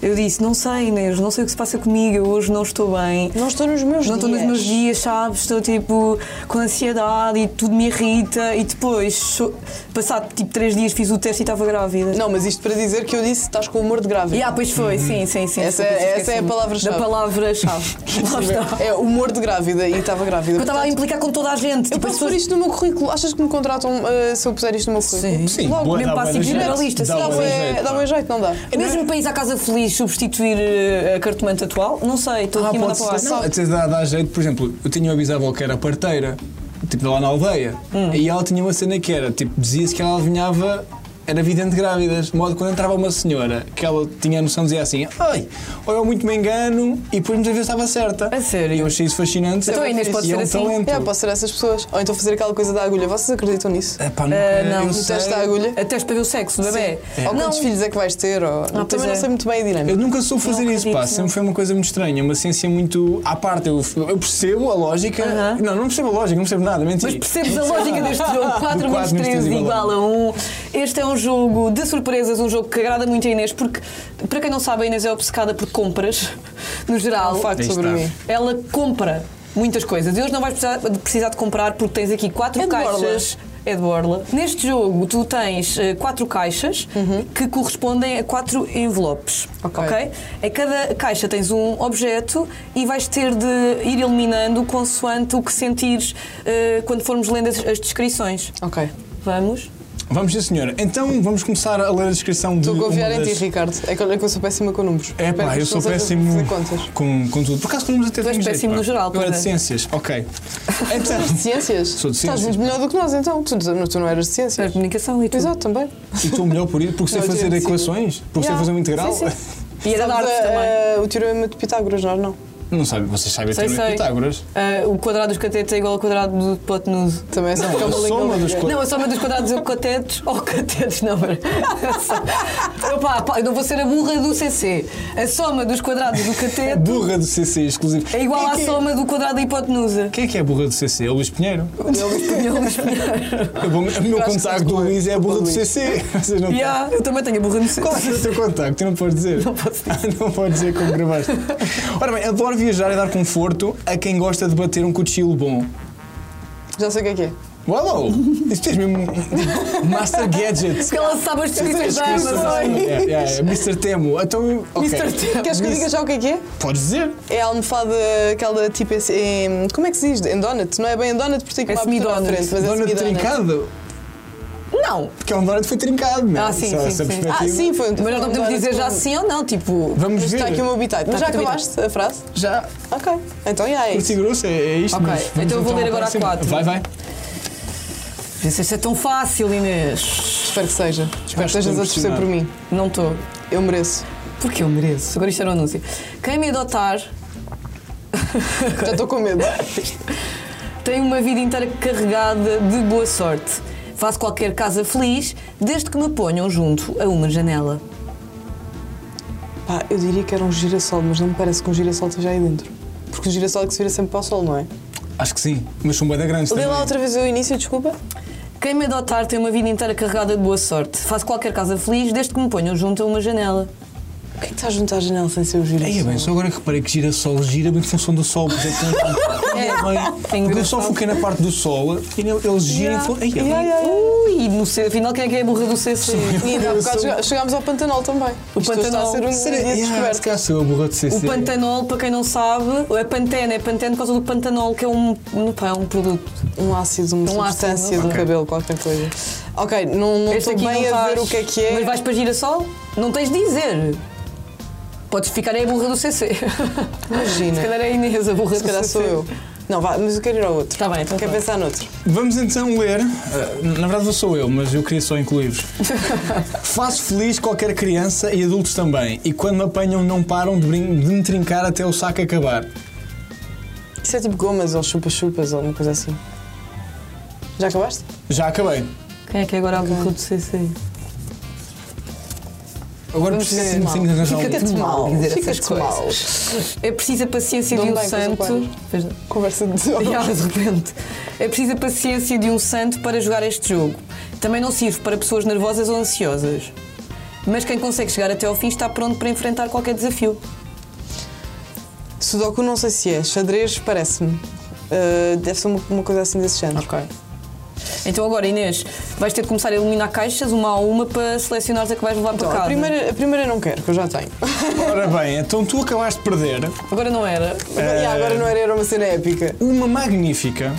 Speaker 1: Eu disse, não sei Inês, não sei o que se passa comigo, eu hoje não estou bem.
Speaker 3: Não estou nos meus
Speaker 1: Não
Speaker 3: dias.
Speaker 1: estou nos meus dias, sabes? Estou tipo com ansiedade e tudo me irrita. E depois, so- passado tipo três dias, fiz o teste e estava grávida.
Speaker 3: Não, mas isto para dizer que eu disse estás com humor de grávida.
Speaker 1: E ah, pois foi, sim, sim, sim. Desculpa,
Speaker 3: Essa- essa é a
Speaker 1: esqueci-me
Speaker 3: palavra-chave.
Speaker 1: Da palavra-chave. Lá está.
Speaker 3: É humor de grávida e estava grávida.
Speaker 1: Eu estava a implicar com toda a gente.
Speaker 3: Eu
Speaker 1: tipo, as
Speaker 3: posso pôr
Speaker 1: pessoas-
Speaker 3: isto no meu currículo? Achas que me contratam eh, se eu puser isto no meu
Speaker 1: Sim.
Speaker 3: currículo?
Speaker 2: Sim,
Speaker 3: Logo,
Speaker 2: boa,
Speaker 1: mesmo
Speaker 2: dá
Speaker 1: para
Speaker 2: bué
Speaker 1: assim,
Speaker 2: de jeito.
Speaker 1: generalista, se é-
Speaker 2: Dá
Speaker 3: Dá
Speaker 2: bué de
Speaker 1: bué-
Speaker 2: jeito,
Speaker 3: bem, eh, dá
Speaker 2: pá.
Speaker 3: bem jeito, não é? dá?
Speaker 1: Mesmo para ires à Casa Feliz substituir eh, a cartomante atual, não sei, estou
Speaker 2: Ah,
Speaker 1: aqui a mandar
Speaker 2: pode
Speaker 1: para o ar.
Speaker 2: ser. Não, até dá, dá jeito, por exemplo, eu tinha uma bisavó que era parteira, tipo lá na aldeia,
Speaker 1: Hum.
Speaker 2: e ela tinha uma cena que era, tipo, dizia-se que ela adivinhava, era vidente de grávidas, de modo que quando entrava uma senhora que ela tinha a noção, dizia assim, ai, ou eu muito me engano, e depois muitas vezes estava certa.
Speaker 1: A sério?
Speaker 2: E eu achei isso fascinante.
Speaker 1: Então a Inês pode
Speaker 2: e é
Speaker 1: ser
Speaker 2: um
Speaker 1: assim?
Speaker 2: talento.
Speaker 3: É, posso ser essas pessoas. Ou então fazer aquela coisa da agulha. Vocês acreditam nisso?
Speaker 2: Epá, nunca-
Speaker 1: Ah, não.
Speaker 2: eu
Speaker 1: O
Speaker 3: No
Speaker 2: sei-
Speaker 3: teste da agulha?
Speaker 1: Até para ver o sexo do bebê.
Speaker 3: Ou
Speaker 1: Não,
Speaker 3: quantos filhos é que vais ter? Ou...
Speaker 1: pois
Speaker 3: Também
Speaker 1: é.
Speaker 3: não sei muito bem a
Speaker 2: Eu
Speaker 3: dinâmica.
Speaker 2: nunca soube fazer isso,
Speaker 1: acredito,
Speaker 2: pá.
Speaker 1: não.
Speaker 2: Sempre foi uma coisa muito estranha, uma ciência muito à parte. Eu, eu percebo a lógica.
Speaker 1: Aham.
Speaker 2: Não, não percebo a lógica, não percebo nada, mentira.
Speaker 1: Mas percebes a lógica deste jogo? 4
Speaker 2: Do
Speaker 1: menos
Speaker 2: quatro menos
Speaker 1: 13
Speaker 2: três
Speaker 1: igual
Speaker 2: igual a
Speaker 1: a 1. Este é um jogo de surpresas, um jogo que agrada muito a Inês, porque, para quem não sabe, a Inês é obcecada por compras, no geral.
Speaker 3: Um facto
Speaker 2: Aí
Speaker 3: sobre
Speaker 2: está.
Speaker 3: mim.
Speaker 1: Ela compra muitas coisas. E hoje não vais precisar, precisar de comprar porque tens aqui quatro
Speaker 3: É de borla.
Speaker 1: caixas. É de borla. Neste jogo, tu tens eh, quatro caixas que correspondem a quatro envelopes.
Speaker 3: Uhum. Ok.
Speaker 1: ok? Em cada caixa tens um objeto e vais ter de ir eliminando consoante o que sentires eh, quando formos lendo as, as descrições.
Speaker 3: Ok.
Speaker 1: Vamos?
Speaker 2: Vamos, sim, senhora. Então vamos começar a ler a descrição de.
Speaker 3: Estou a confiar
Speaker 2: uma
Speaker 3: em ti,
Speaker 2: das-
Speaker 3: Ricardo. É que olha que eu sou péssima com números.
Speaker 2: É
Speaker 3: Espero
Speaker 2: pá,
Speaker 3: que
Speaker 2: eu sou
Speaker 3: não seja
Speaker 2: péssimo
Speaker 3: fazer contas.
Speaker 2: com, com tudo. Por acaso, com números até
Speaker 1: Tu és
Speaker 2: tenho jeito,
Speaker 1: péssimo
Speaker 2: pá.
Speaker 1: no geral,
Speaker 2: Eu
Speaker 1: pois
Speaker 2: era de
Speaker 1: é.
Speaker 2: ciências, ok. Então,
Speaker 3: De Ciências?
Speaker 2: Sou de
Speaker 3: Estás
Speaker 2: ciências.
Speaker 3: muito melhor do que nós então. Tu, tu não eras de
Speaker 1: Para a
Speaker 3: ciências.
Speaker 1: comunicação e tudo.
Speaker 3: Exato, também.
Speaker 2: e estou melhor por isso, porque sei
Speaker 3: Não, eu
Speaker 2: fazer
Speaker 3: tive-
Speaker 2: equações, porque sei
Speaker 3: Yeah.
Speaker 2: fazer um integral.
Speaker 3: Sim, sim.
Speaker 1: E era da
Speaker 3: Sabes,
Speaker 1: arte
Speaker 3: eh,
Speaker 1: também.
Speaker 3: O teorema de Pitágoras, nós não.
Speaker 2: Não sabe, vocês sabem
Speaker 1: Sei,
Speaker 2: ter
Speaker 1: sei.
Speaker 2: Pitágoras.
Speaker 1: Ah, o quadrado dos catetos é igual ao quadrado do hipotenusa.
Speaker 3: Também é só porque
Speaker 2: a
Speaker 3: é uma língua
Speaker 2: soma dos
Speaker 3: larga.
Speaker 2: Quad-
Speaker 1: Não, a soma dos quadrados é catetos. Oh, catetos, não, pera. Opa, pá, eu não vou ser a burra do CC. A soma dos quadrados do cateto
Speaker 2: Burra do CC, exclusivo.
Speaker 1: é igual
Speaker 2: Quem
Speaker 1: à
Speaker 2: que
Speaker 1: soma do quadrado da hipotenusa.
Speaker 2: Quem é que é a burra do CC? É o Luís Pinheiro.
Speaker 1: é?
Speaker 2: Eu vou- O meu
Speaker 3: que
Speaker 2: contacto
Speaker 3: sabes
Speaker 2: do
Speaker 3: qual é.
Speaker 2: Luís é a burra do CC. Vocês não têm.
Speaker 1: Yeah, eu também tenho a burra no
Speaker 2: Qual é que é
Speaker 1: CC.
Speaker 2: o teu contacto? Tu não podes dizer. Não
Speaker 1: posso
Speaker 2: dizer. não podes dizer como gravaste. Ora bem, adoro viajar e dar conforto a quem gosta de bater um cochilo bom.
Speaker 3: Já sei o que é que é.
Speaker 2: Uau! Isto tens mesmo um Master Gadget.
Speaker 1: Porque ela sabe as descrições da Amazon.
Speaker 2: É, é, é. Mr. Temo. Então, ok.
Speaker 1: Mr. Temo.
Speaker 3: Queres que eu diga já o que é que é?
Speaker 2: Podes dizer.
Speaker 3: É a almofada, aquela tipo. esse- em- como é que se diz? Em donut? Não é bem em donut porque tem que
Speaker 1: É
Speaker 3: uma abertura à
Speaker 1: semi-donut.
Speaker 3: frente, mas é
Speaker 2: Donut
Speaker 3: semi-donut.
Speaker 2: trincado.
Speaker 1: Não.
Speaker 2: Porque é um donut que foi trincado, não é?
Speaker 1: Ah, sim,
Speaker 2: Só
Speaker 1: sim,
Speaker 2: essa
Speaker 1: sim.
Speaker 2: perspectiva.
Speaker 3: Ah, sim, foi um
Speaker 1: Mas nós não podemos
Speaker 3: donut
Speaker 1: dizer já
Speaker 3: com-
Speaker 1: sim ou não, tipo.
Speaker 2: Vamos
Speaker 3: Mas
Speaker 2: ver.
Speaker 3: está aqui é o meu bitite. Mas já
Speaker 1: Está aqui o
Speaker 3: acabaste a frase?
Speaker 2: Já.
Speaker 3: Ok. Então já é isso.
Speaker 2: Curti grosso, é, é isto.
Speaker 1: Ok,
Speaker 2: mas
Speaker 1: então
Speaker 2: vamos
Speaker 1: eu vou ler
Speaker 2: ao
Speaker 1: agora a
Speaker 2: próximo.
Speaker 1: quatro.
Speaker 2: Vai, vai.
Speaker 1: Vê se isto é tão fácil, Inês.
Speaker 3: Espero que seja. Espero que
Speaker 2: que
Speaker 3: estejas a
Speaker 2: estou
Speaker 3: torcer por mim.
Speaker 1: Não estou.
Speaker 3: Eu mereço.
Speaker 1: Porque eu mereço. Agora isto era um anúncio. Quem me adotar
Speaker 3: Já estou com medo.
Speaker 1: Tenho uma vida inteira carregada de boa sorte. Faço qualquer casa feliz, desde que me ponham junto a uma janela.
Speaker 3: Pá, eu diria que era um girassol, mas não me parece que um girassol esteja aí dentro. Porque o girassol é que se vira sempre para o sol, não é?
Speaker 2: Acho que sim, mas são bem da grande
Speaker 3: Lê
Speaker 2: também.
Speaker 3: lá outra vez o início, desculpa.
Speaker 1: Quem me adotar tem uma vida inteira carregada de boa sorte. Faço qualquer casa feliz, desde que me ponham junto a uma janela.
Speaker 3: O que é que está junto à janela sem ser o
Speaker 2: Ei, é
Speaker 3: girassol?
Speaker 2: bem, só agora que reparei que girassol gira bem em função do sol. Por exemplo,
Speaker 1: É,
Speaker 2: bem, eu só
Speaker 1: engraçado.
Speaker 2: foquei na parte do sol e ele, ele gira em função. Ei, é bem.
Speaker 3: Yeah, yeah, yeah.
Speaker 1: Ui, no sei, afinal, quem é que é a burra do CC?
Speaker 3: E ainda há bocado chega- chegámos ao Pantanal também.
Speaker 1: O
Speaker 3: Isto hoje está a
Speaker 1: Pantanal.
Speaker 3: ser um
Speaker 2: Será-
Speaker 3: dia de
Speaker 2: Yeah, se
Speaker 3: descoberta.
Speaker 2: calhar sou eu, burra de
Speaker 1: O
Speaker 2: CC.
Speaker 1: pantanol, para quem não sabe, é pantene, é pantene por causa do pantanol, que é um, um, pá, é um produto.
Speaker 3: Um ácido, uma
Speaker 1: Um ácido,
Speaker 3: substância
Speaker 1: não?
Speaker 3: do
Speaker 2: Ok.
Speaker 3: cabelo, qualquer coisa. Ok, não não estou bem a ver
Speaker 1: faz-
Speaker 3: o que é que
Speaker 1: Mas
Speaker 3: é.
Speaker 1: vais para girassol? Não tens de dizer. Podes ficar aí a burra do CC. Se
Speaker 3: Imagina.
Speaker 1: calhar é a Inês a burra
Speaker 3: Se calhar
Speaker 1: do
Speaker 3: sou
Speaker 1: CC.
Speaker 3: eu. Não, vá, mas eu quero ir ao outro.
Speaker 1: Tá bem, então
Speaker 3: Quero
Speaker 1: vá.
Speaker 3: pensar noutro.
Speaker 2: Vamos então ler. eh, na verdade, não sou eu, mas eu queria só incluir-vos. Faço feliz qualquer criança e adultos também. E quando me apanham, não param de, brin- de me trincar até o saco acabar.
Speaker 3: Isso é tipo gomas ou chupa-chupas ou alguma coisa assim. Já acabaste?
Speaker 2: Já acabei.
Speaker 1: Quem é que é agora a burra do CC?
Speaker 2: Agora
Speaker 1: Vamos
Speaker 2: preciso
Speaker 1: ver.
Speaker 2: sim, sim, de arranjar um-
Speaker 3: Fica-te mal,
Speaker 1: dizer
Speaker 3: ficas
Speaker 1: essas
Speaker 3: mal.
Speaker 1: É preciso a paciência
Speaker 3: Dão
Speaker 1: de um
Speaker 3: bem com os
Speaker 1: santo.
Speaker 3: aquários.
Speaker 1: Veja.
Speaker 3: Conversa de
Speaker 1: E ela, de repente. É preciso a paciência de um santo para jogar este jogo. Também não sirve para pessoas nervosas ou ansiosas. Mas quem consegue chegar até ao fim está pronto para enfrentar qualquer desafio.
Speaker 3: Sudoku não sei se é, xadrez parece-me. Uh, deve ser uma, uma coisa assim desse género.
Speaker 1: Ok. Então agora, Inês, vais ter de começar a eliminar caixas uma a uma para selecionares a que vais levar
Speaker 3: Então,
Speaker 1: para casa.
Speaker 3: a, primeira, a primeira não quero, que eu já tenho.
Speaker 2: Ora bem, então tu acabaste de perder
Speaker 1: Agora não era.
Speaker 3: E agora não era, era uma cena épica.
Speaker 2: uma magnífica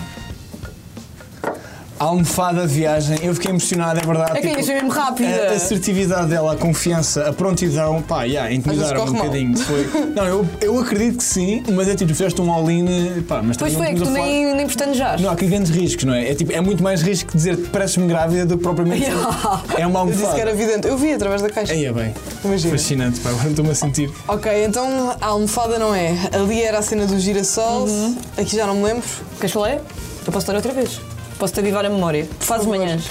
Speaker 2: almofada de viagem. Eu fiquei emocionado, é verdade.
Speaker 1: É que a Inês é mesmo rápida.
Speaker 2: A assertividade dela, a confiança, a prontidão, pá, yeah, intimidaram
Speaker 3: corre
Speaker 2: um
Speaker 3: mal.
Speaker 2: bocadinho. Foi... Não, eu, eu acredito que sim, mas é tipo, fizeste um all-in, pá, mas
Speaker 1: Pois foi,
Speaker 2: também
Speaker 1: é
Speaker 2: não
Speaker 1: que tu
Speaker 2: estamos a falar-
Speaker 1: nem, nem pestanejaste.
Speaker 2: Não, há aqui grandes riscos, não é? É, tipo, é muito mais risco dizer que pareces-me grávida do que propriamente.
Speaker 1: Yeah.
Speaker 2: É uma
Speaker 3: Eu disse que
Speaker 2: almofada.
Speaker 3: era evidente. Eu vi através da caixa.
Speaker 2: Aí é bem.
Speaker 3: Imagina.
Speaker 2: Fascinante, pá, agora estou-me a sentir.
Speaker 3: Ok, então a almofada não é. Ali era a cena do girassol,
Speaker 1: Uhum.
Speaker 3: aqui já não me lembro.
Speaker 1: Queres que eu leia? Eu posso ler outra vez. Posso-te avivar a memória. Faz
Speaker 3: favor.
Speaker 1: manhãs.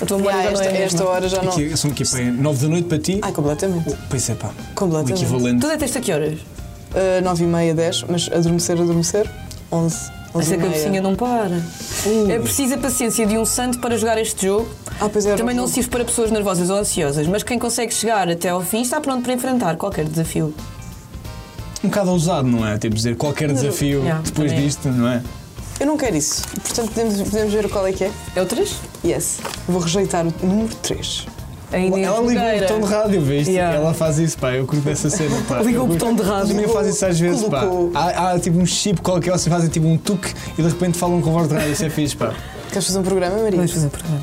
Speaker 1: A tua memória
Speaker 3: Ah,
Speaker 1: já
Speaker 3: esta,
Speaker 1: não é a
Speaker 3: esta
Speaker 1: mesma.
Speaker 3: hora já não.
Speaker 2: Aqui, são aqui, pá, 9 da noite para ti.
Speaker 3: Ai, completamente.
Speaker 2: Pois é, pá. O
Speaker 3: Completamente.
Speaker 2: equivalente.
Speaker 1: Tu deteste a é que horas?
Speaker 3: Uh, 9 e meia, 10, mas adormecer, adormecer, 11. 11
Speaker 1: Essa é
Speaker 3: e meia.
Speaker 1: cabecinha não para.
Speaker 3: Uh.
Speaker 1: É preciso a paciência de um santo para jogar este jogo.
Speaker 3: Ah, pois era.
Speaker 1: Também não
Speaker 3: um-
Speaker 1: sirve para pessoas nervosas ou ansiosas, mas quem consegue chegar até ao fim está pronto para enfrentar qualquer desafio.
Speaker 2: um bocado ousado, não é? Tipo dizer qualquer desafio
Speaker 1: Yeah,
Speaker 2: depois
Speaker 1: também é.
Speaker 2: disto, não é?
Speaker 3: Eu não quero isso. Portanto, podemos, podemos ver qual é que é?
Speaker 1: É o 3?
Speaker 3: Yes. Vou rejeitar o número 3.
Speaker 1: A Inês
Speaker 2: Ela liga o
Speaker 1: Nogueira.
Speaker 2: botão de rádio, viste?
Speaker 1: Yeah.
Speaker 2: Ela faz isso, pá, eu curto dessa cena, pá.
Speaker 1: Liga o
Speaker 2: Eu
Speaker 1: botão de
Speaker 2: curto. Os
Speaker 1: rádio.
Speaker 2: meninos fazem isso às vezes, pá.
Speaker 3: Colocou.
Speaker 2: Há, há, tipo um chip qualquer, vocês fazem tipo um tuque e de repente falam com voz de rádio, isso é fixe, pá.
Speaker 3: Queres fazer um programa, Maria?
Speaker 1: Vamos fazer um programa.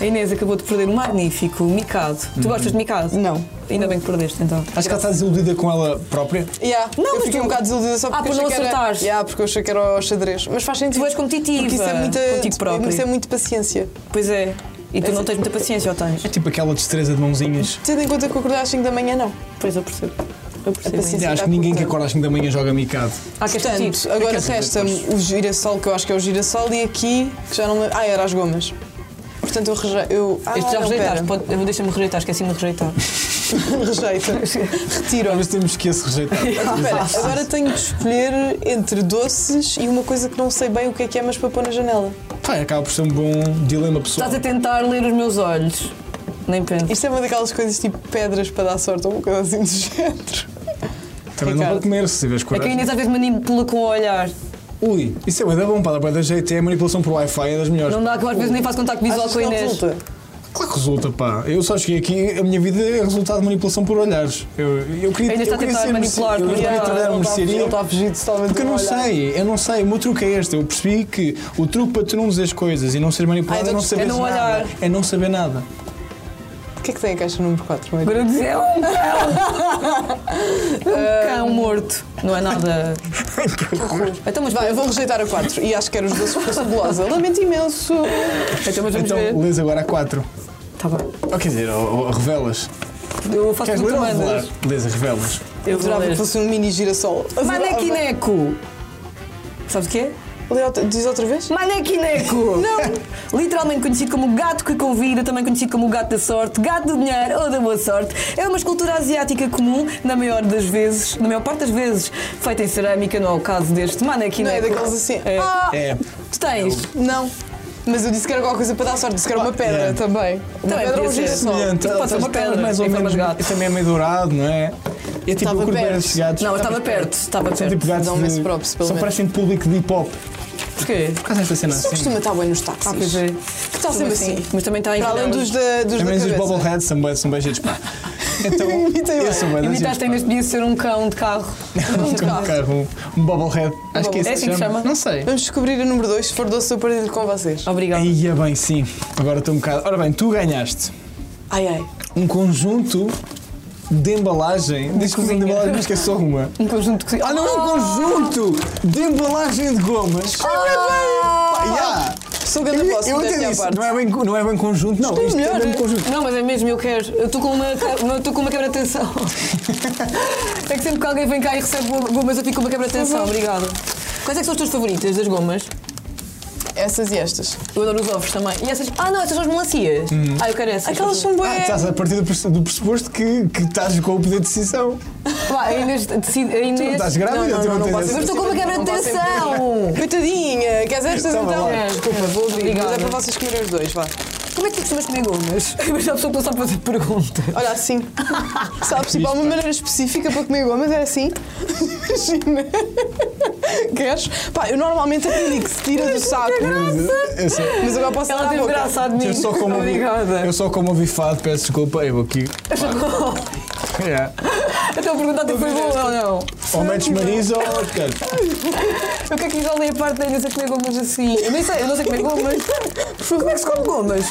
Speaker 1: A Inês acabou de perder um magnífico micado. Tu gostas de micado?
Speaker 3: Uhum. Não.
Speaker 1: Ainda bem que perdeste, então.
Speaker 2: Acho que ela está desiludida com ela própria.
Speaker 3: Yeah.
Speaker 1: Não,
Speaker 3: eu
Speaker 1: mas
Speaker 3: fiquei
Speaker 1: tu-
Speaker 3: um bocado desiludida só
Speaker 1: Ah, por
Speaker 3: porque eu achei
Speaker 1: não
Speaker 3: que era-
Speaker 1: acertares.
Speaker 3: Yeah, porque eu achei que era o xadrez. Mas faz sentido.
Speaker 1: Tu és competitiva
Speaker 3: Porque isso é muita,
Speaker 1: contigo própria.
Speaker 3: isso é muita paciência.
Speaker 1: Pois é. E tu
Speaker 3: É
Speaker 1: não
Speaker 3: assim.
Speaker 1: tens muita paciência, ou tens?
Speaker 2: É tipo aquela destreza de mãozinhas.
Speaker 3: Tendo em conta que eu acordei às 5 da manhã, não.
Speaker 1: Pois eu percebo. Eu percebo.
Speaker 3: A paciência-
Speaker 2: Acho
Speaker 3: está
Speaker 2: que ninguém que
Speaker 3: curta.
Speaker 2: acorda às 5 da manhã joga micado.
Speaker 1: Ah, queres
Speaker 3: Portanto,
Speaker 1: repetir?
Speaker 3: agora
Speaker 2: É que é
Speaker 3: resta-me
Speaker 2: depois.
Speaker 3: o girassol, que eu acho que é o girassol, e aqui, que já não me... Ah, era as gomas. Portanto, eu rejeito. Eu... Ah,
Speaker 1: Este já
Speaker 3: não,
Speaker 1: rejeitaste.
Speaker 3: pera.
Speaker 1: Pode- eu- Deixa-me rejeitar, esqueci-me de rejeitar.
Speaker 3: Rejeito. Retiro.
Speaker 2: Talvez temos que esse rejeitar. Ah,
Speaker 3: Espera, agora tenho de escolher entre doces e uma coisa que não sei bem o que é que é, mas para pôr na janela.
Speaker 2: Pá, acaba por ser um bom dilema pessoal.
Speaker 1: Estás a tentar ler os meus olhos. Nem penso.
Speaker 3: Isto é uma daquelas coisas tipo pedras para dar sorte ou uma coisa assim do
Speaker 1: Tipo
Speaker 3: género.
Speaker 2: Também não
Speaker 3: Ricardo.
Speaker 2: vou comer se tiveres
Speaker 1: É que a
Speaker 2: coragem.
Speaker 1: Inês às vezes manipula com o olhar.
Speaker 2: Ui, isso é bué da bom, pá, dá bué da jeito. É a manipulação por Wi-Fi, é das melhores.
Speaker 1: Não dá que eu às vezes nem faço contacto visual
Speaker 3: Achas
Speaker 1: com a
Speaker 3: que não
Speaker 1: Inês.
Speaker 3: resulta?
Speaker 2: Claro que resulta, pá. Eu só cheguei aqui, a minha vida é resultado de manipulação por olhares. Eu, eu queria,
Speaker 1: Ainda está
Speaker 2: eu
Speaker 1: a
Speaker 2: queria
Speaker 1: tentar
Speaker 2: ser
Speaker 1: manipular,
Speaker 2: merce- Eu
Speaker 1: porque
Speaker 2: queria
Speaker 1: ela-
Speaker 2: trabalhar
Speaker 3: Ele
Speaker 2: uma
Speaker 3: está a fugir-
Speaker 2: É um
Speaker 3: ele
Speaker 2: mercearia.
Speaker 3: está a fugir totalmente.
Speaker 2: Porque eu
Speaker 1: um
Speaker 2: não
Speaker 3: do olhar.
Speaker 2: sei, eu não sei, o meu truque é este. Eu percebi que o truque para tu não dizeres coisas e não seres
Speaker 3: Ah,
Speaker 2: manipulado
Speaker 3: então
Speaker 2: é não
Speaker 3: tu-
Speaker 2: saber
Speaker 1: é não
Speaker 2: nada.
Speaker 1: olhar.
Speaker 2: É não saber nada.
Speaker 3: O que é que tem a caixa número 4?
Speaker 1: Agora eu dizia, é um cão! É um cão morto. Não é nada. Então, mas
Speaker 3: Vai, eu vou rejeitar a 4 e acho que era os doces com cebulosa. Lamento imenso.
Speaker 1: Então, mas vamos
Speaker 2: Então,
Speaker 1: ver.
Speaker 2: lês agora a 4.
Speaker 1: Tá bem.
Speaker 2: Ou quer dizer, ou- ou revelas.
Speaker 1: Eu faço
Speaker 2: Queres
Speaker 1: o que
Speaker 2: ler
Speaker 1: tu
Speaker 2: ou revelar?
Speaker 1: mandas.
Speaker 2: Lês a revelas.
Speaker 1: Eu vou
Speaker 3: Adorava
Speaker 1: ler.
Speaker 3: que fosse um mini girassol. Adorava.
Speaker 1: Manequineco! é Sabes o quê?
Speaker 3: Lê outra- Diz outra vez?
Speaker 1: Manequineco! Não! Literalmente conhecido como o gato que convida, também conhecido como o gato da sorte, gato do dinheiro ou da boa sorte. É uma escultura asiática comum, na maior das vezes, na maior parte das vezes, feita em cerâmica, não é o caso deste
Speaker 3: Não
Speaker 1: manequineco.
Speaker 3: é daqueles assim.
Speaker 1: É.
Speaker 3: Ah,
Speaker 2: É.
Speaker 1: Tu tens.
Speaker 3: não. Mas eu disse que era alguma coisa para dar sorte, disse que era uma pedra
Speaker 2: é.
Speaker 3: também. Uma
Speaker 1: Também
Speaker 3: pedra ou
Speaker 1: podia
Speaker 3: um
Speaker 1: ser.
Speaker 3: girassol.
Speaker 2: Semelhante.
Speaker 1: Pode ser uma
Speaker 2: Estava
Speaker 1: pedra,
Speaker 2: mais ou
Speaker 1: é que
Speaker 2: menos.
Speaker 1: é mais gato.
Speaker 2: e Também é meio dourado, não é? É tipo
Speaker 3: Estava
Speaker 2: eu curto bem
Speaker 3: perto.
Speaker 2: esses gatos.
Speaker 1: Não, eu estava perto, estava
Speaker 2: São tipo
Speaker 1: perto.
Speaker 2: gatos.
Speaker 3: Dão-me esse
Speaker 2: de-
Speaker 3: props, pelo
Speaker 2: Só
Speaker 3: menos.
Speaker 2: parecem público de hip hop.
Speaker 1: Porquê?
Speaker 2: Por causa desta cena
Speaker 3: Só
Speaker 2: assim.
Speaker 3: costuma estar bem nos táxis.
Speaker 1: Ah, pois é.
Speaker 3: Que tal sempre assim?
Speaker 1: Mas também está em
Speaker 3: Para além dos da, dos
Speaker 2: Também
Speaker 3: da
Speaker 2: os
Speaker 3: cabeça.
Speaker 2: É bobbleheads são bem, são bem giros, pá. Então,
Speaker 3: Imitem bem.
Speaker 2: eu sou bem da
Speaker 1: Imitaste
Speaker 2: giros,
Speaker 1: ainda podia ser um cão de carro.
Speaker 2: pá. Um cão de carro, um, um bobblehead. Acho que é isso
Speaker 1: É assim que se chama?
Speaker 2: Não sei.
Speaker 3: Vamos descobrir o número 2, se for doce eu partilho com vocês.
Speaker 1: Obrigada.
Speaker 2: Ia é bem, sim. Agora estou um bocado. Ora bem, tu ganhaste
Speaker 3: Ai ai.
Speaker 2: um conjunto de embalagem. Diz que de
Speaker 1: cozinha.
Speaker 2: embalagem, mas que é só uma.
Speaker 1: Um conjunto de
Speaker 2: Ah, não, é um conjunto de embalagem de gomas. Pá, yeah.
Speaker 3: Sou
Speaker 2: Eu,
Speaker 3: grande posse,
Speaker 2: eu até
Speaker 3: modéstia à
Speaker 2: disse,
Speaker 3: parte.
Speaker 2: não é, bem, não é bem conjunto, não.
Speaker 3: Estou
Speaker 2: Isto é
Speaker 3: melhor,
Speaker 2: mesmo
Speaker 3: é?
Speaker 2: conjunto.
Speaker 1: Não, mas é mesmo, eu quero. Eu estou com uma, eu estou com uma quebra de tensão. É que sempre que alguém vem cá e recebe go- gomas, eu fico com uma quebra de
Speaker 2: Uhum.
Speaker 1: tensão. Obrigada. Quais é que são as tuas favoritas das gomas?
Speaker 3: Essas e estas.
Speaker 1: Eu adoro os ovos também. E essas. Ah, não, essas são as melancias.
Speaker 2: Uhum.
Speaker 1: Ah, eu quero essas.
Speaker 3: Aquelas são
Speaker 2: Ah,
Speaker 3: boas.
Speaker 2: estás a partir do press- do pressuposto que, que estás com o poder de decisão.
Speaker 1: Pá, a Inês decide. a Inês-
Speaker 2: não estás grávida, tu não tens
Speaker 3: pode
Speaker 2: esse-
Speaker 1: Mas estou com uma quebra de tensão.
Speaker 3: Coitadinha, queres estas
Speaker 2: Toma
Speaker 3: então?
Speaker 2: lá.
Speaker 1: É, Desculpa, vou abrir.
Speaker 3: Mas é
Speaker 1: Obrigada.
Speaker 3: para vocês escolherem os dois, vá.
Speaker 1: Como é que tu costumas comer gomas? Mas a pessoa está só a fazer perguntas.
Speaker 3: Olha, assim. Sabes, tipo, há uma maneira específica para comer gomas, é assim. Imagina. Queres? Pá, eu normalmente aprendi que se tira do saco.
Speaker 2: Eu sei.
Speaker 3: Mas agora posso
Speaker 1: Ela
Speaker 3: dar à
Speaker 1: teve
Speaker 3: boca.
Speaker 1: graça a mim.
Speaker 2: Eu só como ouvi-
Speaker 1: Obrigada.
Speaker 2: eu só como avifado, peço desculpa, eu vou aqui. Yeah.
Speaker 1: Eu estou a perguntar se foi boa ou não.
Speaker 2: Ou metes Marisa ou outro.
Speaker 1: Eu quero que já li a parte da Inês a comer gomas assim. Eu nem sei, eu não sei comer gomas. Como é que se come gomas?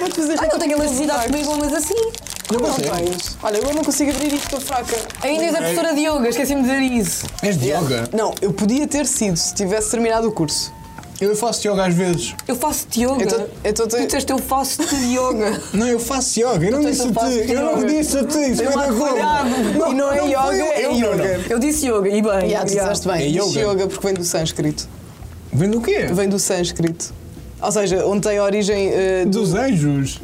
Speaker 3: Vou-te fazer
Speaker 1: Ai, eu tenho elasticidade de comer gomas assim.
Speaker 2: Eu
Speaker 3: Não
Speaker 2: sei.
Speaker 3: tens. Olha, eu não consigo abrir isto, estou fraca.
Speaker 1: A Inês é professora de yoga, esqueci-me de dizer isso.
Speaker 2: És de yoga?
Speaker 3: Não, eu podia ter sido se tivesse terminado o curso.
Speaker 2: Eu faço yoga às vezes.
Speaker 1: Eu faço-te yoga.
Speaker 3: Eu tô- eu então tô-
Speaker 1: Tu disseste eu faço-te yoga.
Speaker 2: Não, eu faço yoga. Eu não
Speaker 1: Então,
Speaker 2: disse a
Speaker 1: eu faço
Speaker 2: ti. Eu não
Speaker 1: yoga.
Speaker 2: disse a ti. Isso
Speaker 1: Eu
Speaker 2: foi da
Speaker 1: acho
Speaker 2: Globo.
Speaker 1: olhado.
Speaker 3: e não é
Speaker 2: não
Speaker 3: yoga,
Speaker 2: fui eu.
Speaker 3: é
Speaker 2: Eu não,
Speaker 3: yoga.
Speaker 1: Eu disse yoga e bem.
Speaker 3: Yeah, tu
Speaker 1: yeah.
Speaker 3: disseste bem.
Speaker 2: É
Speaker 3: Diz
Speaker 2: yoga.
Speaker 3: yoga porque vem do sânscrito.
Speaker 2: Vem do quê?
Speaker 3: Vem do sânscrito. Ou seja, onde tem a origem eh, do,
Speaker 2: Dos anjos.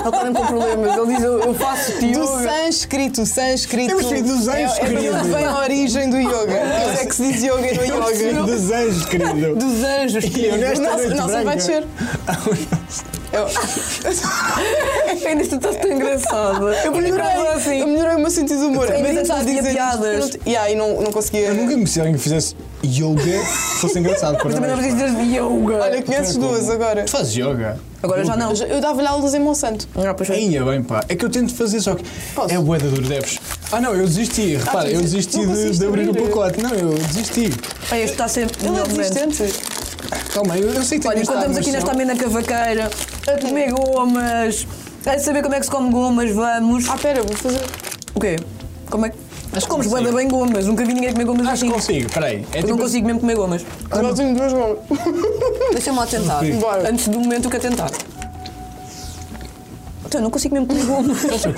Speaker 1: Ele está mesmo com problemas. Ele diz eu, eu faço-te
Speaker 3: do
Speaker 1: yoga.
Speaker 3: sânscrito. Sânscrito.
Speaker 2: Eu achei dos
Speaker 3: É-
Speaker 2: anjos,
Speaker 3: é, de onde
Speaker 2: querido.
Speaker 3: vem a origem do yoga. Por isso é que se diz yoga e não
Speaker 2: Eu
Speaker 3: yoga.
Speaker 2: sou dos anjos, querido.
Speaker 1: Dos anjos.
Speaker 2: E eu
Speaker 1: querido.
Speaker 2: nesta
Speaker 3: O nosso-
Speaker 2: noite
Speaker 3: o nosso vai
Speaker 2: branca-
Speaker 3: descer. Eu...
Speaker 1: Ainda estás tão engraçada.
Speaker 3: Eu melhorei,
Speaker 1: assim.
Speaker 3: eu melhorei o meu sentido de humor. é
Speaker 1: Ainda
Speaker 3: Mesmo
Speaker 1: sabia
Speaker 3: dizer-
Speaker 1: piadas.
Speaker 3: Não, yeah, e não, não conseguia.
Speaker 2: Eu nunca me se alguém que fizesse yoga fosse engraçado para
Speaker 1: Mas também não
Speaker 2: nós.
Speaker 1: precisas de yoga.
Speaker 3: Olha, conheces duas agora.
Speaker 2: Tu fazes yoga?
Speaker 1: Agora já não.
Speaker 3: Eu dava-lhe aulas em Monsanto.
Speaker 1: Ah, pois foi.
Speaker 2: Ainda bem, pá. É que eu tento fazer, só que
Speaker 3: Posso?
Speaker 2: é bué da duro, deves. Ah não, eu desisti, repara,
Speaker 3: tu
Speaker 2: eu desisti
Speaker 3: desisti- não
Speaker 2: de,
Speaker 3: conseguiste
Speaker 2: de abrir o
Speaker 3: abrir.
Speaker 2: pacote. Não, eu desisti.
Speaker 1: Ai, este está a ser
Speaker 3: Ele
Speaker 1: melhor
Speaker 3: é
Speaker 1: momento.
Speaker 3: desistente.
Speaker 2: Calma, eu, eu sei que
Speaker 1: Olha,
Speaker 2: tenho
Speaker 1: enquanto
Speaker 2: esta
Speaker 1: estamos aqui nesta
Speaker 2: emoção.
Speaker 1: amena cavaqueira, a comer gomas, a saber como é que se come gomas, vamos.
Speaker 3: Ah, pera, vou fazer.
Speaker 1: O quê? Como é que. Mas comes
Speaker 2: consigo.
Speaker 1: bué da bem gomas, nunca vi ninguém comer gomas
Speaker 2: Acho
Speaker 1: assim.
Speaker 2: que consigo, peraí. É
Speaker 1: Eu não
Speaker 2: tipo-
Speaker 1: consigo mesmo comer gomas.
Speaker 3: Agora tenho duas mãos.
Speaker 1: Deixa-me lá tentar.
Speaker 2: Ok.
Speaker 3: Bora.
Speaker 1: Antes do momento que a tentar. Então, eu não consigo mesmo comer gomas.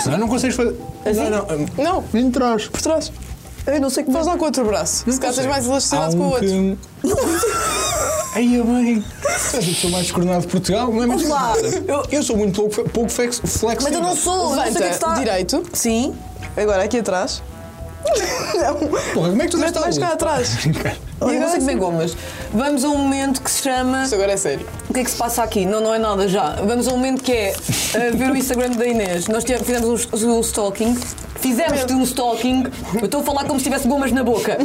Speaker 2: Não, não consegues fazer.
Speaker 1: Assim?
Speaker 2: Não, não.
Speaker 3: Não,
Speaker 2: Vem de trás.
Speaker 3: por trás.
Speaker 1: Eu não sei como.
Speaker 3: Faz lá com o outro braço. Se calhar tens mais elasticidade
Speaker 2: Há
Speaker 3: com o
Speaker 2: um
Speaker 3: outro.
Speaker 2: que- Ai, eu bem. Tu és a pessoa mais coordenada de Portugal, não é mesmo?
Speaker 1: Olá.
Speaker 2: Eu, eu sou muito pouco, pouco flex, flexível.
Speaker 1: Mas eu não sou, eu não sei o que é que está.
Speaker 3: Levanta direito.
Speaker 1: Sim.
Speaker 3: Agora aqui atrás.
Speaker 2: Porra, como é que tu
Speaker 3: Mas
Speaker 2: deste
Speaker 3: mais cá
Speaker 2: aula?
Speaker 3: atrás.
Speaker 1: Olha, não sei
Speaker 3: agora sim.
Speaker 1: comer gomas. Vamos a um momento que se chama.
Speaker 3: Isto agora é sério.
Speaker 1: O que é que se passa aqui? Não, não é nada já. Vamos a um momento que é uh, ver o Instagram da Inês. Nós tivemos, fizemos um, um stalking. Fizemos-te um stalking. Eu estou a falar como se tivesse gomas na boca.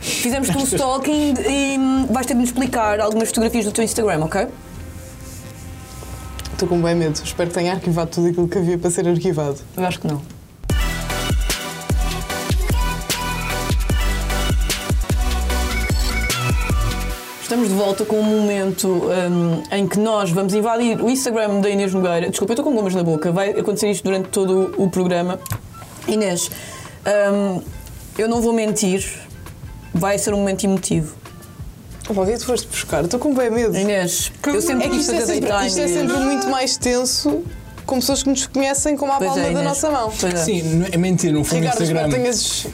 Speaker 1: Fizemos-te um stalking e hum, vais ter de me explicar algumas fotografias do teu Instagram, ok?
Speaker 3: Estou com bem medo. Espero que tenha arquivado tudo aquilo que havia para ser arquivado.
Speaker 1: Eu acho que não. Estamos de volta com um momento hum, em que nós vamos invadir o Instagram da Inês Nogueira. Desculpa, eu estou com gomas na boca. Vai acontecer isto durante todo o programa. Inês, hum, eu não vou mentir. Vai ser um momento emotivo.
Speaker 3: Pô, o que é que tu foste buscar? Estou com bem medo.
Speaker 1: Inês, eu sempre
Speaker 3: é que
Speaker 1: quis
Speaker 3: isto é
Speaker 1: fazer daytime,
Speaker 3: sempre, isto é
Speaker 1: Inês.
Speaker 3: sempre muito mais tenso com pessoas que nos conhecem como à
Speaker 1: Pois é,
Speaker 3: palma da
Speaker 1: Inês.
Speaker 3: nossa mão.
Speaker 1: Pois é.
Speaker 2: Sim, não- é mentira, não foi no
Speaker 3: Ricardo, espero
Speaker 2: Instagram.
Speaker 3: que tenhas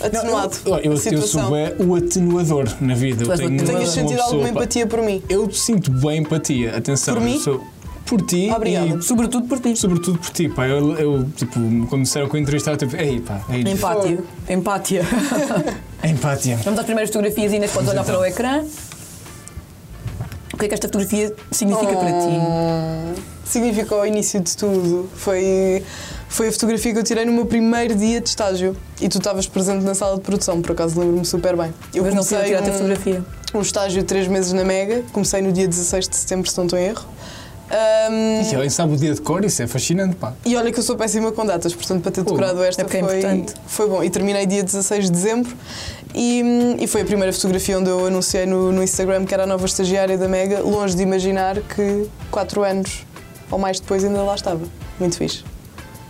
Speaker 2: Não, eu-
Speaker 3: atenuado
Speaker 2: olha, eu,
Speaker 3: a
Speaker 2: eu,
Speaker 3: situação.
Speaker 2: sou bué o atenuador na vida.
Speaker 1: Tu
Speaker 2: Eu
Speaker 1: és o
Speaker 2: tenho
Speaker 1: atenuador.
Speaker 3: tenhas
Speaker 2: uma
Speaker 3: sentido
Speaker 2: pessoa,
Speaker 3: alguma
Speaker 2: pá.
Speaker 3: empatia por mim.
Speaker 2: Eu sinto bem empatia, atenção.
Speaker 3: Por
Speaker 2: eu
Speaker 3: mim?
Speaker 2: sou- por ti.
Speaker 3: Obrigada.
Speaker 2: e
Speaker 1: Sobretudo por ti.
Speaker 2: Sobretudo por ti, pá. Eu, eu, tipo, quando disseram que eu entrevistava, tipo, ei, pá, ei, é
Speaker 1: Empátia. Empátia.
Speaker 2: empatia.
Speaker 1: Vamos às primeiras fotografias, Inês, podes olhar para o ecrã. O que é que esta fotografia significa para ti?
Speaker 3: ti. Ah, Significa o início de tudo. Foi, foi a fotografia que eu tirei no meu primeiro dia de estágio. E tu estavas presente na sala de produção, por acaso lembro-me super bem. Eu
Speaker 1: Mas não sei tirar a
Speaker 3: um-
Speaker 1: fotografia.
Speaker 3: um estágio de 3 meses na Mega, comecei no dia 16 de setembro, se não estou em erro. Ahm,
Speaker 2: E alguém sabe o dia de cor, isso é fascinante, pá.
Speaker 3: e olha que eu sou péssima com datas, portanto, para ter decorado esta
Speaker 1: é porque é
Speaker 3: foi,
Speaker 1: importante.
Speaker 3: foi bom. E terminei dia 16 de dezembro e, hum, e foi a primeira fotografia onde eu anunciei no, no Instagram que era a nova estagiária da Mega, longe de imaginar que 4 anos ou mais depois ainda lá estava. Muito fixe.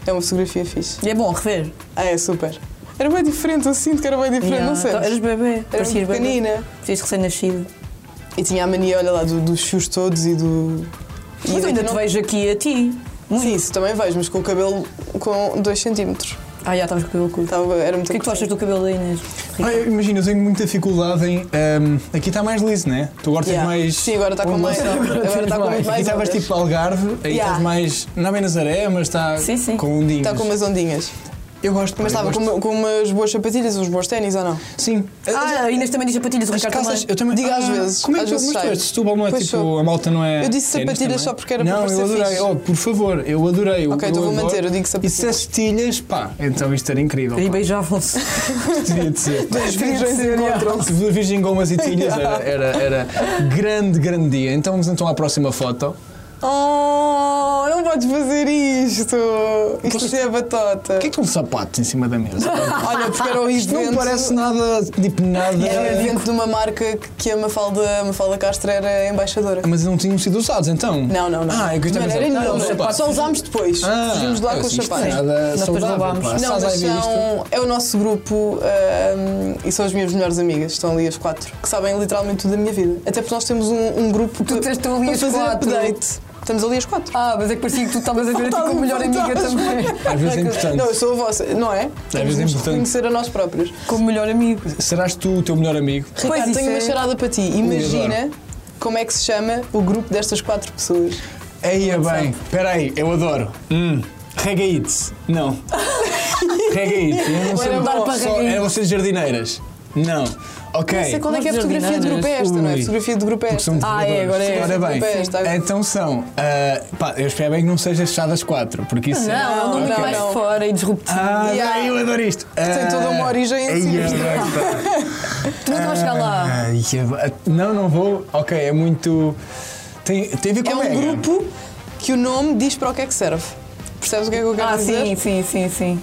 Speaker 3: É uma fotografia fixe.
Speaker 1: E é bom rever.
Speaker 3: Ah, é super. Era bem diferente, eu sinto que era bem diferente, É não sei.
Speaker 1: Então, eras bebê,
Speaker 3: Era muito
Speaker 1: parecias bebê.
Speaker 3: pequenina.
Speaker 1: Parecias recém-nascido.
Speaker 3: E tinha a mania, olha lá, do- dos fios todos e do. e
Speaker 1: Mas eu ainda
Speaker 3: daquilo-
Speaker 1: te vejo aqui a ti. Muito.
Speaker 3: Sim, isso também vejo, mas com o cabelo com 2 centímetros.
Speaker 1: Ah, já estavas com o cabelo curto.
Speaker 3: Estava, era muito
Speaker 1: O que é que tu achas do cabelo da Inês?
Speaker 2: Ah, eu- imagina, eu tenho muita dificuldade em. ahm, aqui está mais liso, né? Tu agora tens
Speaker 3: Yeah.
Speaker 2: mais.
Speaker 3: Sim, agora está com mais.
Speaker 2: ondulação.
Speaker 3: Agora está com muito
Speaker 2: Aqui
Speaker 3: mais.
Speaker 2: estavas tipo Algarve, aí
Speaker 3: Yeah.
Speaker 2: estás mais. Não é bem Nazaré, mas está
Speaker 1: Sim, sim.
Speaker 2: com um
Speaker 3: Está Tá com umas ondinhas.
Speaker 2: Eu gosto,
Speaker 3: Mas
Speaker 2: pá, eu
Speaker 3: estava com,
Speaker 2: gosto.
Speaker 3: uma- com umas boas sapatilhas, uns bons ténis ou não?
Speaker 2: Sim.
Speaker 1: Ah, a Inês também diz sapatilhas, o
Speaker 2: As
Speaker 1: Ricardo
Speaker 2: calças,
Speaker 1: também.
Speaker 2: eu também.
Speaker 3: Diga
Speaker 2: Ah,
Speaker 3: às vezes,
Speaker 2: Como é que
Speaker 3: às
Speaker 2: tu
Speaker 3: vezes
Speaker 2: mas tu
Speaker 3: sai.
Speaker 2: és de Setúbal, não é
Speaker 3: Pois
Speaker 2: tipo.
Speaker 3: sou.
Speaker 2: A malta não é.
Speaker 3: Eu disse
Speaker 2: é nisto
Speaker 3: sapatilhas
Speaker 2: também?
Speaker 3: só porque era
Speaker 2: Não,
Speaker 3: para parecer
Speaker 2: eu adorei.
Speaker 3: fixe.
Speaker 2: Oh, por favor, eu adorei.
Speaker 3: Ok,
Speaker 2: eu,
Speaker 3: então
Speaker 2: eu
Speaker 3: vou
Speaker 2: adoro.
Speaker 3: manter, eu digo
Speaker 2: E
Speaker 3: sapatilhas.
Speaker 2: se é setilhas, pá, então isto era incrível.
Speaker 1: E
Speaker 2: pá.
Speaker 1: beijavam-se.
Speaker 2: Devia de ser. pá.
Speaker 3: As virgens
Speaker 1: ser,
Speaker 3: encontram-se.
Speaker 2: Pronto, Virgem Gomas e Tilhas era, era, era grande, grande dia. Então vamos então à próxima foto.
Speaker 3: Oh, não podes fazer isto! Isto
Speaker 2: Posso-
Speaker 3: é batota.
Speaker 2: O que é que é um sapato em cima da mesa?
Speaker 3: Olha, porque era o
Speaker 2: Isto
Speaker 3: É um evento.
Speaker 2: não parece nada, tipo nada.
Speaker 3: Era um evento de uma marca que a Mafalda, a Mafalda Castro era embaixadora.
Speaker 2: Ah, Mas não tinham sido usados então?
Speaker 3: Não, não, não.
Speaker 2: Ah, é que eu
Speaker 3: não,
Speaker 2: estava a
Speaker 3: era,
Speaker 2: pensar,
Speaker 3: não,
Speaker 2: ah,
Speaker 3: não,
Speaker 2: os sapatos.
Speaker 3: Só usámos depois.
Speaker 2: Ah,
Speaker 3: Fugimos de lá
Speaker 2: eu
Speaker 3: com os
Speaker 2: assim, isto
Speaker 3: sapatos.
Speaker 2: Não, é nada
Speaker 1: Nós depois
Speaker 2: saudável,
Speaker 1: roubámos.
Speaker 2: pá.
Speaker 1: Não,
Speaker 2: Se
Speaker 3: Não,
Speaker 2: estás a
Speaker 3: mas
Speaker 2: ver isto-
Speaker 3: são, é o nosso grupo hum, e são as minhas melhores amigas, estão ali as quatro, que sabem literalmente tudo da minha vida. Até porque nós temos um, um
Speaker 1: Tu
Speaker 3: grupo para-
Speaker 1: tens- estão ali
Speaker 3: para
Speaker 1: as
Speaker 3: fazer
Speaker 1: quatro.
Speaker 3: update. Estamos ali as quatro.
Speaker 1: Ah, mas é que parecia que tu estavas a ver a ti como a melhor amiga também.
Speaker 2: Às vezes é
Speaker 1: Ah.
Speaker 2: importante.
Speaker 3: Não, eu sou a vossa, não é?
Speaker 2: vezes
Speaker 3: Temos
Speaker 2: é
Speaker 3: de nos
Speaker 2: importante.
Speaker 3: reconhecer a nós próprios.
Speaker 1: Como melhor amigo.
Speaker 2: Serás tu o teu melhor amigo?
Speaker 1: Pois,
Speaker 3: Ricardo,
Speaker 1: isso
Speaker 3: tenho
Speaker 1: é-
Speaker 3: uma charada para ti. Imagina como é que se chama o grupo destas quatro pessoas.
Speaker 2: Aí é bem. Espera aí, eu adoro. Hum. Reggae It. Não. Reggae It. Eu não sei
Speaker 3: Era
Speaker 2: o nome.
Speaker 1: bom.
Speaker 2: Só- Eram vocês É jardineiras. Não. Ok.
Speaker 3: Não sei qual é que é a
Speaker 1: Nós
Speaker 3: fotografia de grupo é esta, não é?
Speaker 2: Ui.
Speaker 3: Fotografia de grupo é
Speaker 2: Porque
Speaker 3: esta.
Speaker 2: são
Speaker 1: Ah, é, agora é.
Speaker 2: Ora bem,
Speaker 3: Sim, sim, sim.
Speaker 2: então são. ah, pá, eu espero bem que não seja fechadas quatro, porque isso.
Speaker 1: Não, é um
Speaker 3: Não,
Speaker 1: número
Speaker 3: não,
Speaker 1: mais
Speaker 3: não.
Speaker 1: fora e disruptivo.
Speaker 2: Ah,
Speaker 3: Yeah.
Speaker 2: bem, eu adoro isto. Ah, é
Speaker 3: Tem toda uma origem em si.
Speaker 1: tu nunca vais chegar lá.
Speaker 2: Não, não vou. Ok, é muito. Tem, tem a ver com
Speaker 3: É um
Speaker 2: Mega.
Speaker 3: grupo que o nome diz para o que é que serve. Percebes o que é que eu quero
Speaker 1: Ah,
Speaker 3: dizer?
Speaker 1: sim, sim, sim, sim.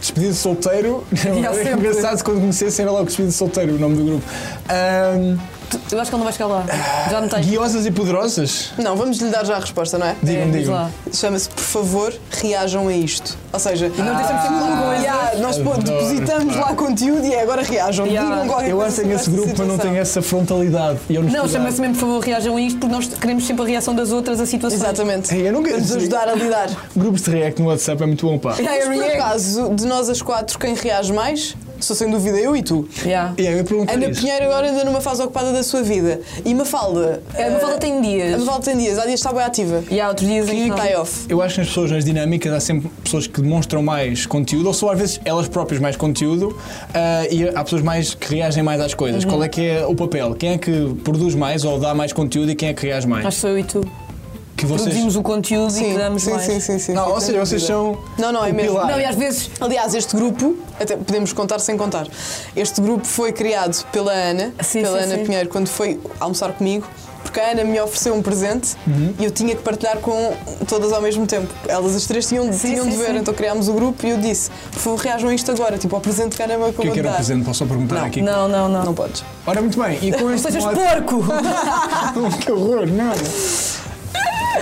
Speaker 2: Despedido de solteiro.
Speaker 1: Já
Speaker 2: É
Speaker 1: sempre.
Speaker 2: engraçado se quando conhecessem era logo despedido de solteiro o nome do grupo. Ahm,
Speaker 1: Tu- Eu acho que ele não vai chegar lá. Já não tens.
Speaker 2: guiosas e poderosas?
Speaker 3: Não, vamos lhe dar já a resposta, não é?
Speaker 1: É,
Speaker 2: Digam,
Speaker 1: diz
Speaker 2: digam.
Speaker 1: lá.
Speaker 3: Chama-se, por favor, reajam a isto. Ou seja,
Speaker 1: nós deixamos sempre uma coisa.
Speaker 3: Yeah, nós pô-
Speaker 2: Adoro,
Speaker 3: depositamos
Speaker 2: pá.
Speaker 3: lá conteúdo e é agora reajam.
Speaker 1: Yeah.
Speaker 3: Digam qualquer
Speaker 2: Eu
Speaker 3: coisa
Speaker 2: acho que
Speaker 3: sobre
Speaker 2: esse
Speaker 3: esta
Speaker 2: grupo mas não
Speaker 3: situação.
Speaker 2: tem essa frontalidade. E eu
Speaker 1: Não, chama-se mesmo, por favor, reajam a isto, porque nós queremos sempre a reação das outras a situações.
Speaker 3: Exatamente.
Speaker 2: Ei, eu nunca-
Speaker 3: Vamos ajudar a lidar.
Speaker 2: Grupos de react no WhatsApp é muito bom, pá.
Speaker 1: Yeah,
Speaker 3: Mas por
Speaker 1: react.
Speaker 3: acaso, de nós as quatro, quem reage mais? Sou sem dúvida eu e tu.
Speaker 1: Yeah.
Speaker 2: E aí eu ia perguntar
Speaker 3: Ana
Speaker 2: isso.
Speaker 3: Pinheiro agora anda numa fase ocupada da sua vida. E Mafalda?
Speaker 1: A É, Mafalda
Speaker 3: eh,
Speaker 1: tem dias.
Speaker 3: A Mafalda tem dias. Há dias que está bem ativa.
Speaker 1: E há outros dias
Speaker 2: é
Speaker 1: em que
Speaker 2: tá
Speaker 3: Está
Speaker 1: não.
Speaker 3: off.
Speaker 2: Eu acho que nas pessoas, nas dinâmicas, há sempre pessoas que demonstram mais conteúdo, ou são às vezes elas próprias mais conteúdo, ah, e há pessoas mais que reagem mais às
Speaker 1: Uhum.
Speaker 2: coisas. Qual é que é o papel? Quem é que produz mais ou dá mais conteúdo e quem é que reage mais?
Speaker 1: Acho que sou eu e tu.
Speaker 2: que vocês.
Speaker 1: Produzimos o conteúdo e
Speaker 3: Sim,
Speaker 1: que damos
Speaker 3: sim,
Speaker 1: mais.
Speaker 3: sim, sim, sim.
Speaker 2: Não,
Speaker 3: sim,
Speaker 2: ou
Speaker 3: sem
Speaker 2: seja, vocês são
Speaker 3: dúvida. Não, não, é
Speaker 2: o
Speaker 3: mesmo.
Speaker 2: pilar.
Speaker 1: Não, e às vezes.
Speaker 3: Aliás, este grupo, até podemos contar sem contar, este grupo foi criado pela Ana,
Speaker 1: Sim,
Speaker 3: pela
Speaker 1: sim,
Speaker 3: Ana
Speaker 1: sim.
Speaker 3: Pinheiro, quando foi almoçar comigo, porque a Ana me ofereceu um presente
Speaker 2: Uhum.
Speaker 3: e eu tinha que partilhar com todas ao mesmo tempo. Elas as três tinham,
Speaker 1: Sim,
Speaker 3: tinham
Speaker 1: sim,
Speaker 3: de ver,
Speaker 1: sim.
Speaker 3: então criámos o grupo e eu disse: por favor, reajam a isto agora, tipo ao presente que a Ana me
Speaker 2: O que é que
Speaker 3: acabou de
Speaker 2: era o
Speaker 3: dar.
Speaker 2: presente? Posso só perguntar
Speaker 3: Não,
Speaker 2: aqui?
Speaker 1: Não, não, não.
Speaker 3: Não podes.
Speaker 2: Ora, muito bem, e com
Speaker 1: Não
Speaker 2: este
Speaker 1: sejas
Speaker 2: modo-
Speaker 1: porco!
Speaker 2: que horror, não.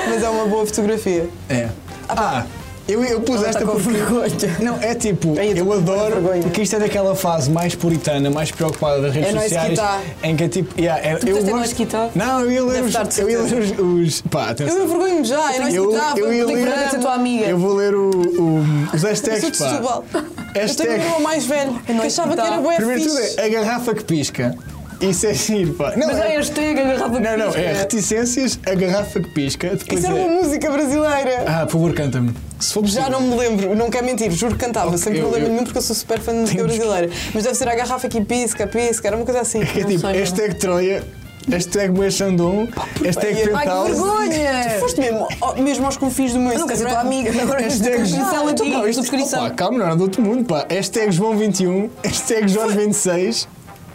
Speaker 3: Mas é uma boa fotografia.
Speaker 2: É. Ah, eu, eu
Speaker 3: tá
Speaker 2: pus esta
Speaker 1: com
Speaker 2: porque...
Speaker 1: vergonha.
Speaker 2: Não, é tipo,
Speaker 3: Ai,
Speaker 2: eu,
Speaker 3: eu tô com
Speaker 2: adoro,
Speaker 3: vergonha.
Speaker 2: porque isto é daquela fase mais puritana, mais preocupada das redes
Speaker 3: É nós que
Speaker 2: sociais,
Speaker 3: tá.
Speaker 2: em que é tipo, yeah, é, eu
Speaker 1: tens de
Speaker 2: gosto...
Speaker 1: nós que tá?
Speaker 2: Não, eu ia ler
Speaker 3: Deve estar,
Speaker 2: os...
Speaker 3: de
Speaker 2: Eu ia ler
Speaker 3: certeza.
Speaker 2: os... os- pá, atenção.
Speaker 3: Eu envergonho já, eu não
Speaker 2: Eu-
Speaker 3: estava.
Speaker 2: eu ia
Speaker 3: tenho
Speaker 2: ler-
Speaker 3: vergonha de ser tua amiga.
Speaker 1: amiga.
Speaker 2: Eu vou ler o, o- os hashtags,
Speaker 3: Eu sou de
Speaker 2: pá.
Speaker 3: Setúbal. Eu tenho um
Speaker 2: Hashtag.
Speaker 3: irmão mais velho, que
Speaker 1: não
Speaker 3: achava que
Speaker 1: escutava.
Speaker 3: era boa
Speaker 2: Primeiro de tudo
Speaker 3: fixe.
Speaker 2: é a garrafa que pisca. Isso é giro, pá. Não,
Speaker 1: Mas é
Speaker 2: é-
Speaker 1: hashtag, a garrafa que
Speaker 2: não, não,
Speaker 1: pisca.
Speaker 2: é reticências, a garrafa que pisca. Depois
Speaker 3: Isso era
Speaker 2: é-
Speaker 3: uma música brasileira.
Speaker 2: Ah, por favor, canta-me. Se for
Speaker 3: Já
Speaker 2: possível.
Speaker 3: não me lembro, não quero mentir, juro que cantava, sem
Speaker 2: eu-
Speaker 3: problema
Speaker 2: eu-
Speaker 3: nenhum, porque eu sou super fã de música
Speaker 2: Temos que-
Speaker 3: brasileira. Mas deve ser a garrafa que pisca, pisca, era uma coisa assim.
Speaker 2: É tipo,
Speaker 1: sei,
Speaker 2: hashtag Troia, hashtag Moé Xandão, hashtag
Speaker 3: Ai,
Speaker 2: Pental,
Speaker 1: que vergonha!
Speaker 3: Tu foste mesmo, ao- mesmo aos confins do meu
Speaker 1: Eu não quero ser
Speaker 3: Instagram. Então,
Speaker 1: tua amiga, agora és
Speaker 2: hashtag...
Speaker 1: subscrição
Speaker 2: Não,
Speaker 1: a
Speaker 2: não,
Speaker 1: ti,
Speaker 2: isto-
Speaker 1: subscrição.
Speaker 2: Opa, calma, não era do outro mundo, pá. Hashtag João21, hashtag Jorge26.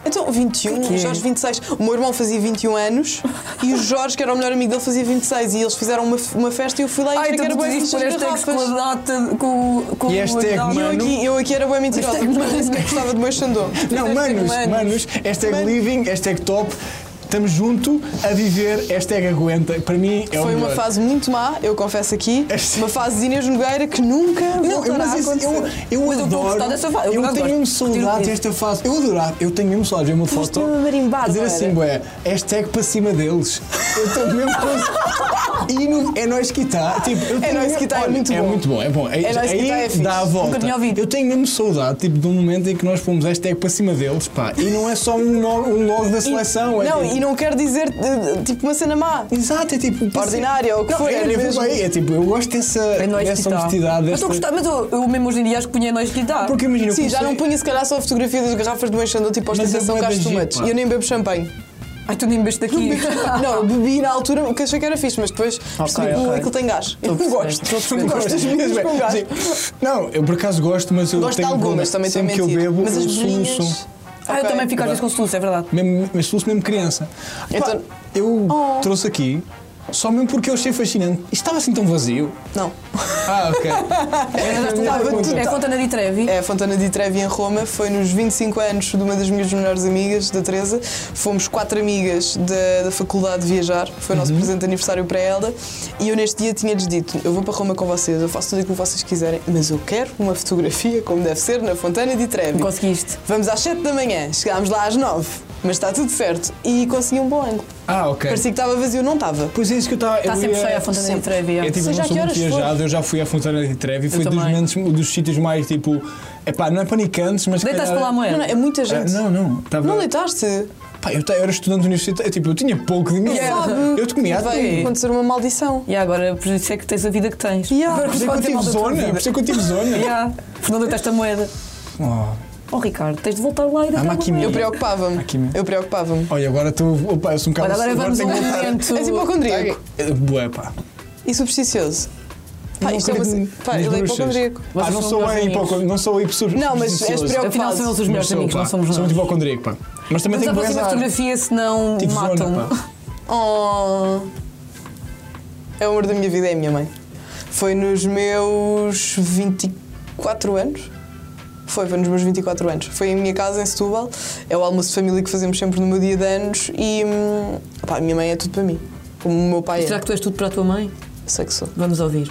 Speaker 3: Então, 21,
Speaker 1: Que que é?
Speaker 3: Jorge 26. O meu irmão fazia 21 anos e o Jorge, que era o melhor amigo dele, fazia 26. E eles fizeram uma, uma festa e eu fui lá e
Speaker 1: Ai,
Speaker 3: achei é que
Speaker 1: então
Speaker 3: era
Speaker 1: tu
Speaker 3: boa
Speaker 1: dizes
Speaker 3: fixe
Speaker 1: por
Speaker 3: as
Speaker 1: hashtags com a
Speaker 3: garrafas.
Speaker 1: data, com, com
Speaker 2: E hashtag
Speaker 1: a data.
Speaker 3: E eu
Speaker 2: mano.
Speaker 3: aqui, eu aqui era boa mentirosa,
Speaker 1: Hashtag
Speaker 3: porque eu disse é que é
Speaker 1: mano.
Speaker 3: gostava de meu xandão.
Speaker 1: é,
Speaker 2: Não, manos, manos, hashtag
Speaker 3: Manos.
Speaker 2: living, hashtag top. Estamos junto a viver, hashtag aguenta. Para mim é o
Speaker 3: Foi uma
Speaker 2: melhor.
Speaker 3: fase muito má, eu confesso aqui.
Speaker 2: Esta-
Speaker 3: Uma fase de Inês Nogueira que nunca
Speaker 2: Não, eu,
Speaker 3: voltará
Speaker 2: mas isso,
Speaker 3: a acontecer.
Speaker 2: eu, eu
Speaker 1: Mas eu estou a
Speaker 2: adoro.
Speaker 1: gostar dessa fase, eu
Speaker 2: Eu,
Speaker 1: por acaso
Speaker 2: tenho um
Speaker 1: gosto. Retiro
Speaker 2: saudade
Speaker 1: isso.
Speaker 2: desta fase. Eu adorava, eu tenho um saudade, uma
Speaker 3: Mas
Speaker 2: foto.
Speaker 3: tinha uma marimbada,
Speaker 2: a dizer
Speaker 3: não
Speaker 2: assim, ué, hashtag para cima deles. Eu estou mesmo com. E no, é nós que está. Tipo, eu tenho
Speaker 3: Nóis
Speaker 2: mesmo-
Speaker 3: Que Tá é
Speaker 2: olha,
Speaker 3: muito
Speaker 2: É
Speaker 3: bom.
Speaker 2: muito bom, é bom.
Speaker 3: É Nóis Que
Speaker 2: aí
Speaker 3: Tá é fixe.
Speaker 2: dá a
Speaker 1: Nunca
Speaker 2: volta.
Speaker 1: tinha ouvido.
Speaker 2: Eu tenho mesmo saudade, tipo, de um momento em que nós pomos hashtag para cima deles, pá. E não é só um logo, um logo da seleção. é
Speaker 3: Não,
Speaker 2: tipo-
Speaker 3: e não quero dizer eh, tipo uma cena má.
Speaker 2: Exato, é tipo. para
Speaker 3: Ordinária,
Speaker 2: ser-
Speaker 3: ou o que
Speaker 2: Não,
Speaker 3: for,
Speaker 2: É,
Speaker 3: é
Speaker 2: é,
Speaker 3: mesmo.
Speaker 2: é, tipo, eu gosto dessa,
Speaker 1: É nós
Speaker 2: dessa
Speaker 1: que tá.
Speaker 2: honestidade.
Speaker 1: Mas
Speaker 2: dessa-
Speaker 1: estou a gostar, mas eu, eu mesmo hoje em dia acho que punha nós que dá.
Speaker 2: Porque imagina, eu
Speaker 3: Sim, já
Speaker 2: comecei-
Speaker 3: não punha se calhar só a fotografia das garrafas do Enxandão, tipo a
Speaker 2: Mas
Speaker 3: ostentação
Speaker 2: é bué
Speaker 3: que acho
Speaker 2: da
Speaker 3: too
Speaker 2: giro,
Speaker 3: much.
Speaker 2: pá.
Speaker 3: E eu nem bebo champanhe.
Speaker 1: Ai, tu nem bebeste daqui.
Speaker 3: não, eu bebi na altura porque achei que era fixe, mas depois percebi que
Speaker 1: ok.
Speaker 3: aquilo tem gás. Eu não
Speaker 1: a
Speaker 3: gosto.
Speaker 1: perceber, estou a
Speaker 3: Tu gostas de bebidas com gás?
Speaker 2: Sim. Não, eu por acaso gosto, mas eu
Speaker 3: Gosto de
Speaker 2: tenho um
Speaker 3: algumas,
Speaker 2: problema.
Speaker 3: também
Speaker 2: Sempre
Speaker 3: tem
Speaker 2: que eu
Speaker 3: mentira.
Speaker 2: bebo,
Speaker 3: Mas as
Speaker 2: eu
Speaker 3: bolinhas.
Speaker 2: soluço.
Speaker 1: Ah, eu
Speaker 3: Ok.
Speaker 1: também fico às vezes com soluço, é verdade.
Speaker 2: Mesmo, mas soluço mesmo criança.
Speaker 3: Então-
Speaker 2: Pá, eu
Speaker 3: Oh.
Speaker 2: trouxe aqui só mesmo porque eu achei fascinante. Isto estava assim tão vazio.
Speaker 3: Não.
Speaker 2: Ah, ok.
Speaker 1: É,
Speaker 2: minha
Speaker 1: Fontana-
Speaker 2: pergunta.
Speaker 1: é Fontana di Trevi.
Speaker 3: É, a Fontana di Trevi em Roma foi nos 25 anos de uma das minhas melhores amigas, da Teresa. Fomos quatro amigas da, da faculdade de viajar, foi o nosso presente de aniversário para ela. E eu neste dia tinha-lhes dito: Eu vou para Roma com vocês, eu faço tudo aquilo que vocês quiserem, mas eu quero uma fotografia, como deve ser, na Fontana di Trevi.
Speaker 1: Conseguiste.
Speaker 3: Vamos às 7 da manhã, chegámos lá às 9, mas está tudo certo. E consegui um bom ângulo.
Speaker 2: Ah, ok.
Speaker 3: Parecia que estava vazio, não estava.
Speaker 2: Pois é isso que eu estava.
Speaker 1: Está Tá sempre cheia a Fontana di
Speaker 3: sempre.
Speaker 1: Trevi. é.
Speaker 2: É tipo, eu
Speaker 3: Seja
Speaker 2: não
Speaker 3: a
Speaker 2: sou
Speaker 3: que
Speaker 2: muito
Speaker 3: horas for.
Speaker 2: viajado, eu já fui à Fontana de Trevi, foi dos
Speaker 1: também.
Speaker 2: momentos, dos sítios mais tipo. Epá, não é panicantes, mas. se
Speaker 1: Deitaste
Speaker 2: calhar-
Speaker 1: para lá a
Speaker 3: Não, não,
Speaker 1: moeda.
Speaker 3: é muita
Speaker 2: Ah,
Speaker 3: gente.
Speaker 2: Não, não. Estava.
Speaker 3: Não deitaste?
Speaker 2: Pá, eu, ta- eu era estudante universitário, tipo, eu tinha pouco dinheiro.
Speaker 1: Yeah.
Speaker 3: Sabe?
Speaker 2: Eu te comia à
Speaker 3: Vai
Speaker 2: toa.
Speaker 3: acontecer uma maldição.
Speaker 1: E agora, por isso é que tens a vida que tens.
Speaker 3: Yeah.
Speaker 1: Agora,
Speaker 2: Por isso é que eu
Speaker 1: pode ter
Speaker 2: tive
Speaker 1: mal da tua
Speaker 2: zona,
Speaker 1: vida.
Speaker 2: por isso é que eu tive zona.
Speaker 1: Yeah. Porque não deitaste a moeda.
Speaker 2: Oh,
Speaker 1: Oh Ricardo, tens de voltar lá e dar
Speaker 2: Há uma quimia.
Speaker 3: Eu preocupava-me.
Speaker 2: Aqui mesmo.
Speaker 3: Eu preocupava-me.
Speaker 2: Olha, agora tu. Opa, eu sou um bocado.
Speaker 1: Olha, agora vamos a um
Speaker 2: tenho que voltar.
Speaker 1: momento.
Speaker 3: És hipocondríaco
Speaker 2: Eh, Bué, pá.
Speaker 3: e supersticioso. Pá,
Speaker 2: Não
Speaker 3: isto é uma.
Speaker 2: acredito
Speaker 3: Pá,
Speaker 2: nas
Speaker 3: ele é
Speaker 2: bruxas.
Speaker 3: hipocondríaco.
Speaker 2: Ah,
Speaker 1: Vocês
Speaker 2: não
Speaker 1: são
Speaker 2: sou
Speaker 1: melhores
Speaker 2: bem
Speaker 1: amigos.
Speaker 2: hipoco- não sou hipo
Speaker 3: Não, mas és
Speaker 2: supersticioso.
Speaker 3: preocupado.
Speaker 1: Afinal, são eles os melhores
Speaker 2: sou,
Speaker 1: amigos,
Speaker 2: pá.
Speaker 1: não somos
Speaker 2: Sou
Speaker 1: nós.
Speaker 2: muito hipocondríaco, pá. Mas também
Speaker 1: Mas a
Speaker 2: tenho que
Speaker 1: próxima
Speaker 2: pensar.
Speaker 1: fotografia, senão
Speaker 2: Tive
Speaker 1: matam.
Speaker 2: zona, pá.
Speaker 3: Oh. É o amor da minha vida, é a minha mãe. Foi nos meus 24 anos. Foi, foi nos meus 24 anos. Foi em minha casa, em Setúbal. É o almoço de família que fazemos sempre no meu dia de anos. E. hum, Pá, a minha mãe é tudo para mim. Como o meu pai
Speaker 1: Será
Speaker 3: é.
Speaker 1: que tu és tudo para a tua mãe?
Speaker 3: Sei que sou.
Speaker 1: Vamos ouvir.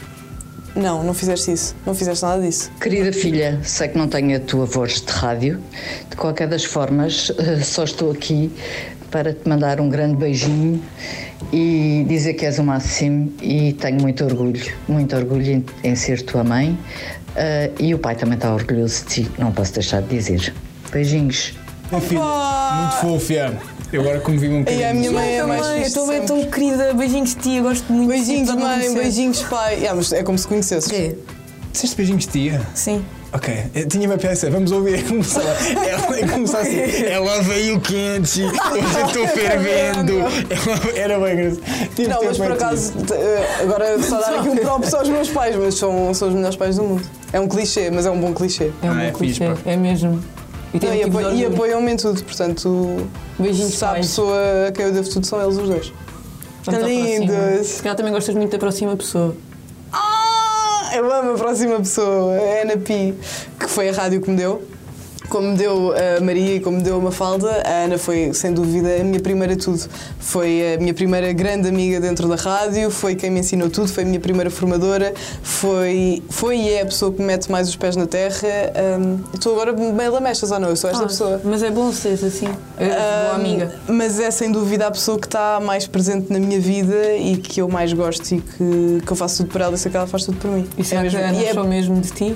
Speaker 3: Não, não fizeste isso. Não fizeste nada disso.
Speaker 4: Querida filha, sei que não tenho a tua voz de rádio, de qualquer das formas, eh, só estou aqui para te mandar um grande beijinho e dizer que és o máximo e tenho muito orgulho, muito orgulho em, em ser tua mãe eh, e o pai também está orgulhoso de ti, não posso deixar de dizer. Beijinhos.
Speaker 2: Minha filha, É Muito fofo, yeah. Eu agora comovi um
Speaker 3: E
Speaker 2: bocadinho.
Speaker 3: a minha mãe é
Speaker 1: Também,
Speaker 3: mais
Speaker 1: a
Speaker 3: fixe
Speaker 1: tua mãe é
Speaker 3: sempre.
Speaker 1: tão querida. Beijinhos, tia, gosto muito. de ti,
Speaker 3: Beijinhos,
Speaker 1: para não
Speaker 3: mãe,
Speaker 1: conhecer.
Speaker 3: beijinhos, pai. Ah, mas é como se conhecesses.
Speaker 1: Quê?
Speaker 2: Disseste beijinhos, tia?
Speaker 1: Sim.
Speaker 2: Ok, eu tinha uma peça, vamos ouvir. Começou, ela ia começar assim. Ela veio quente, hoje eu estou fervendo. Ela- Era bem engraçado. Tive
Speaker 3: Tá Não,
Speaker 2: tempo
Speaker 3: mas por
Speaker 2: para tudo.
Speaker 3: acaso, te- eh, agora só dar aqui um props aos meus pais, mas são, são os melhores pais do mundo. É um clichê, mas é um bom clichê.
Speaker 1: É um
Speaker 2: Ah,
Speaker 1: bom
Speaker 2: é fixe,
Speaker 1: clichê, é mesmo. E
Speaker 3: Não,
Speaker 1: tem
Speaker 3: e
Speaker 1: tipo
Speaker 3: apo-
Speaker 1: de
Speaker 3: e
Speaker 1: orgulho.
Speaker 3: apoiam-me em tudo, portanto,
Speaker 1: Beijinhos,
Speaker 3: se há
Speaker 1: pais.
Speaker 3: pessoa a quem eu devo tudo, são eles os dois.
Speaker 1: Vamos
Speaker 3: Que
Speaker 1: à próxima.
Speaker 3: lindas.
Speaker 1: Se calhar também gostas muito da próxima pessoa.
Speaker 3: Ah, eu amo a próxima pessoa, a Ana Pi, que foi a rádio que me deu. Como me deu a Maria e como me deu a Mafalda, a Ana foi, sem dúvida, a minha primeira tudo. Foi a minha primeira grande amiga dentro da rádio, foi quem me ensinou tudo, foi a minha primeira formadora, foi, foi e é a pessoa que me mete mais os pés na terra. Hum, eu estou agora meio lamechas ou não? Eu sou esta
Speaker 1: Ah,
Speaker 3: pessoa.
Speaker 1: Mas é bom seres assim. É boa
Speaker 3: Hum,
Speaker 1: amiga.
Speaker 3: Mas é sem dúvida a pessoa que está mais presente na minha vida e que eu mais gosto e que, que eu faço tudo por ela e sei que ela faz tudo por mim.
Speaker 1: E será
Speaker 3: mesmo-
Speaker 1: que a Ana
Speaker 3: e é-
Speaker 1: achou mesmo de ti?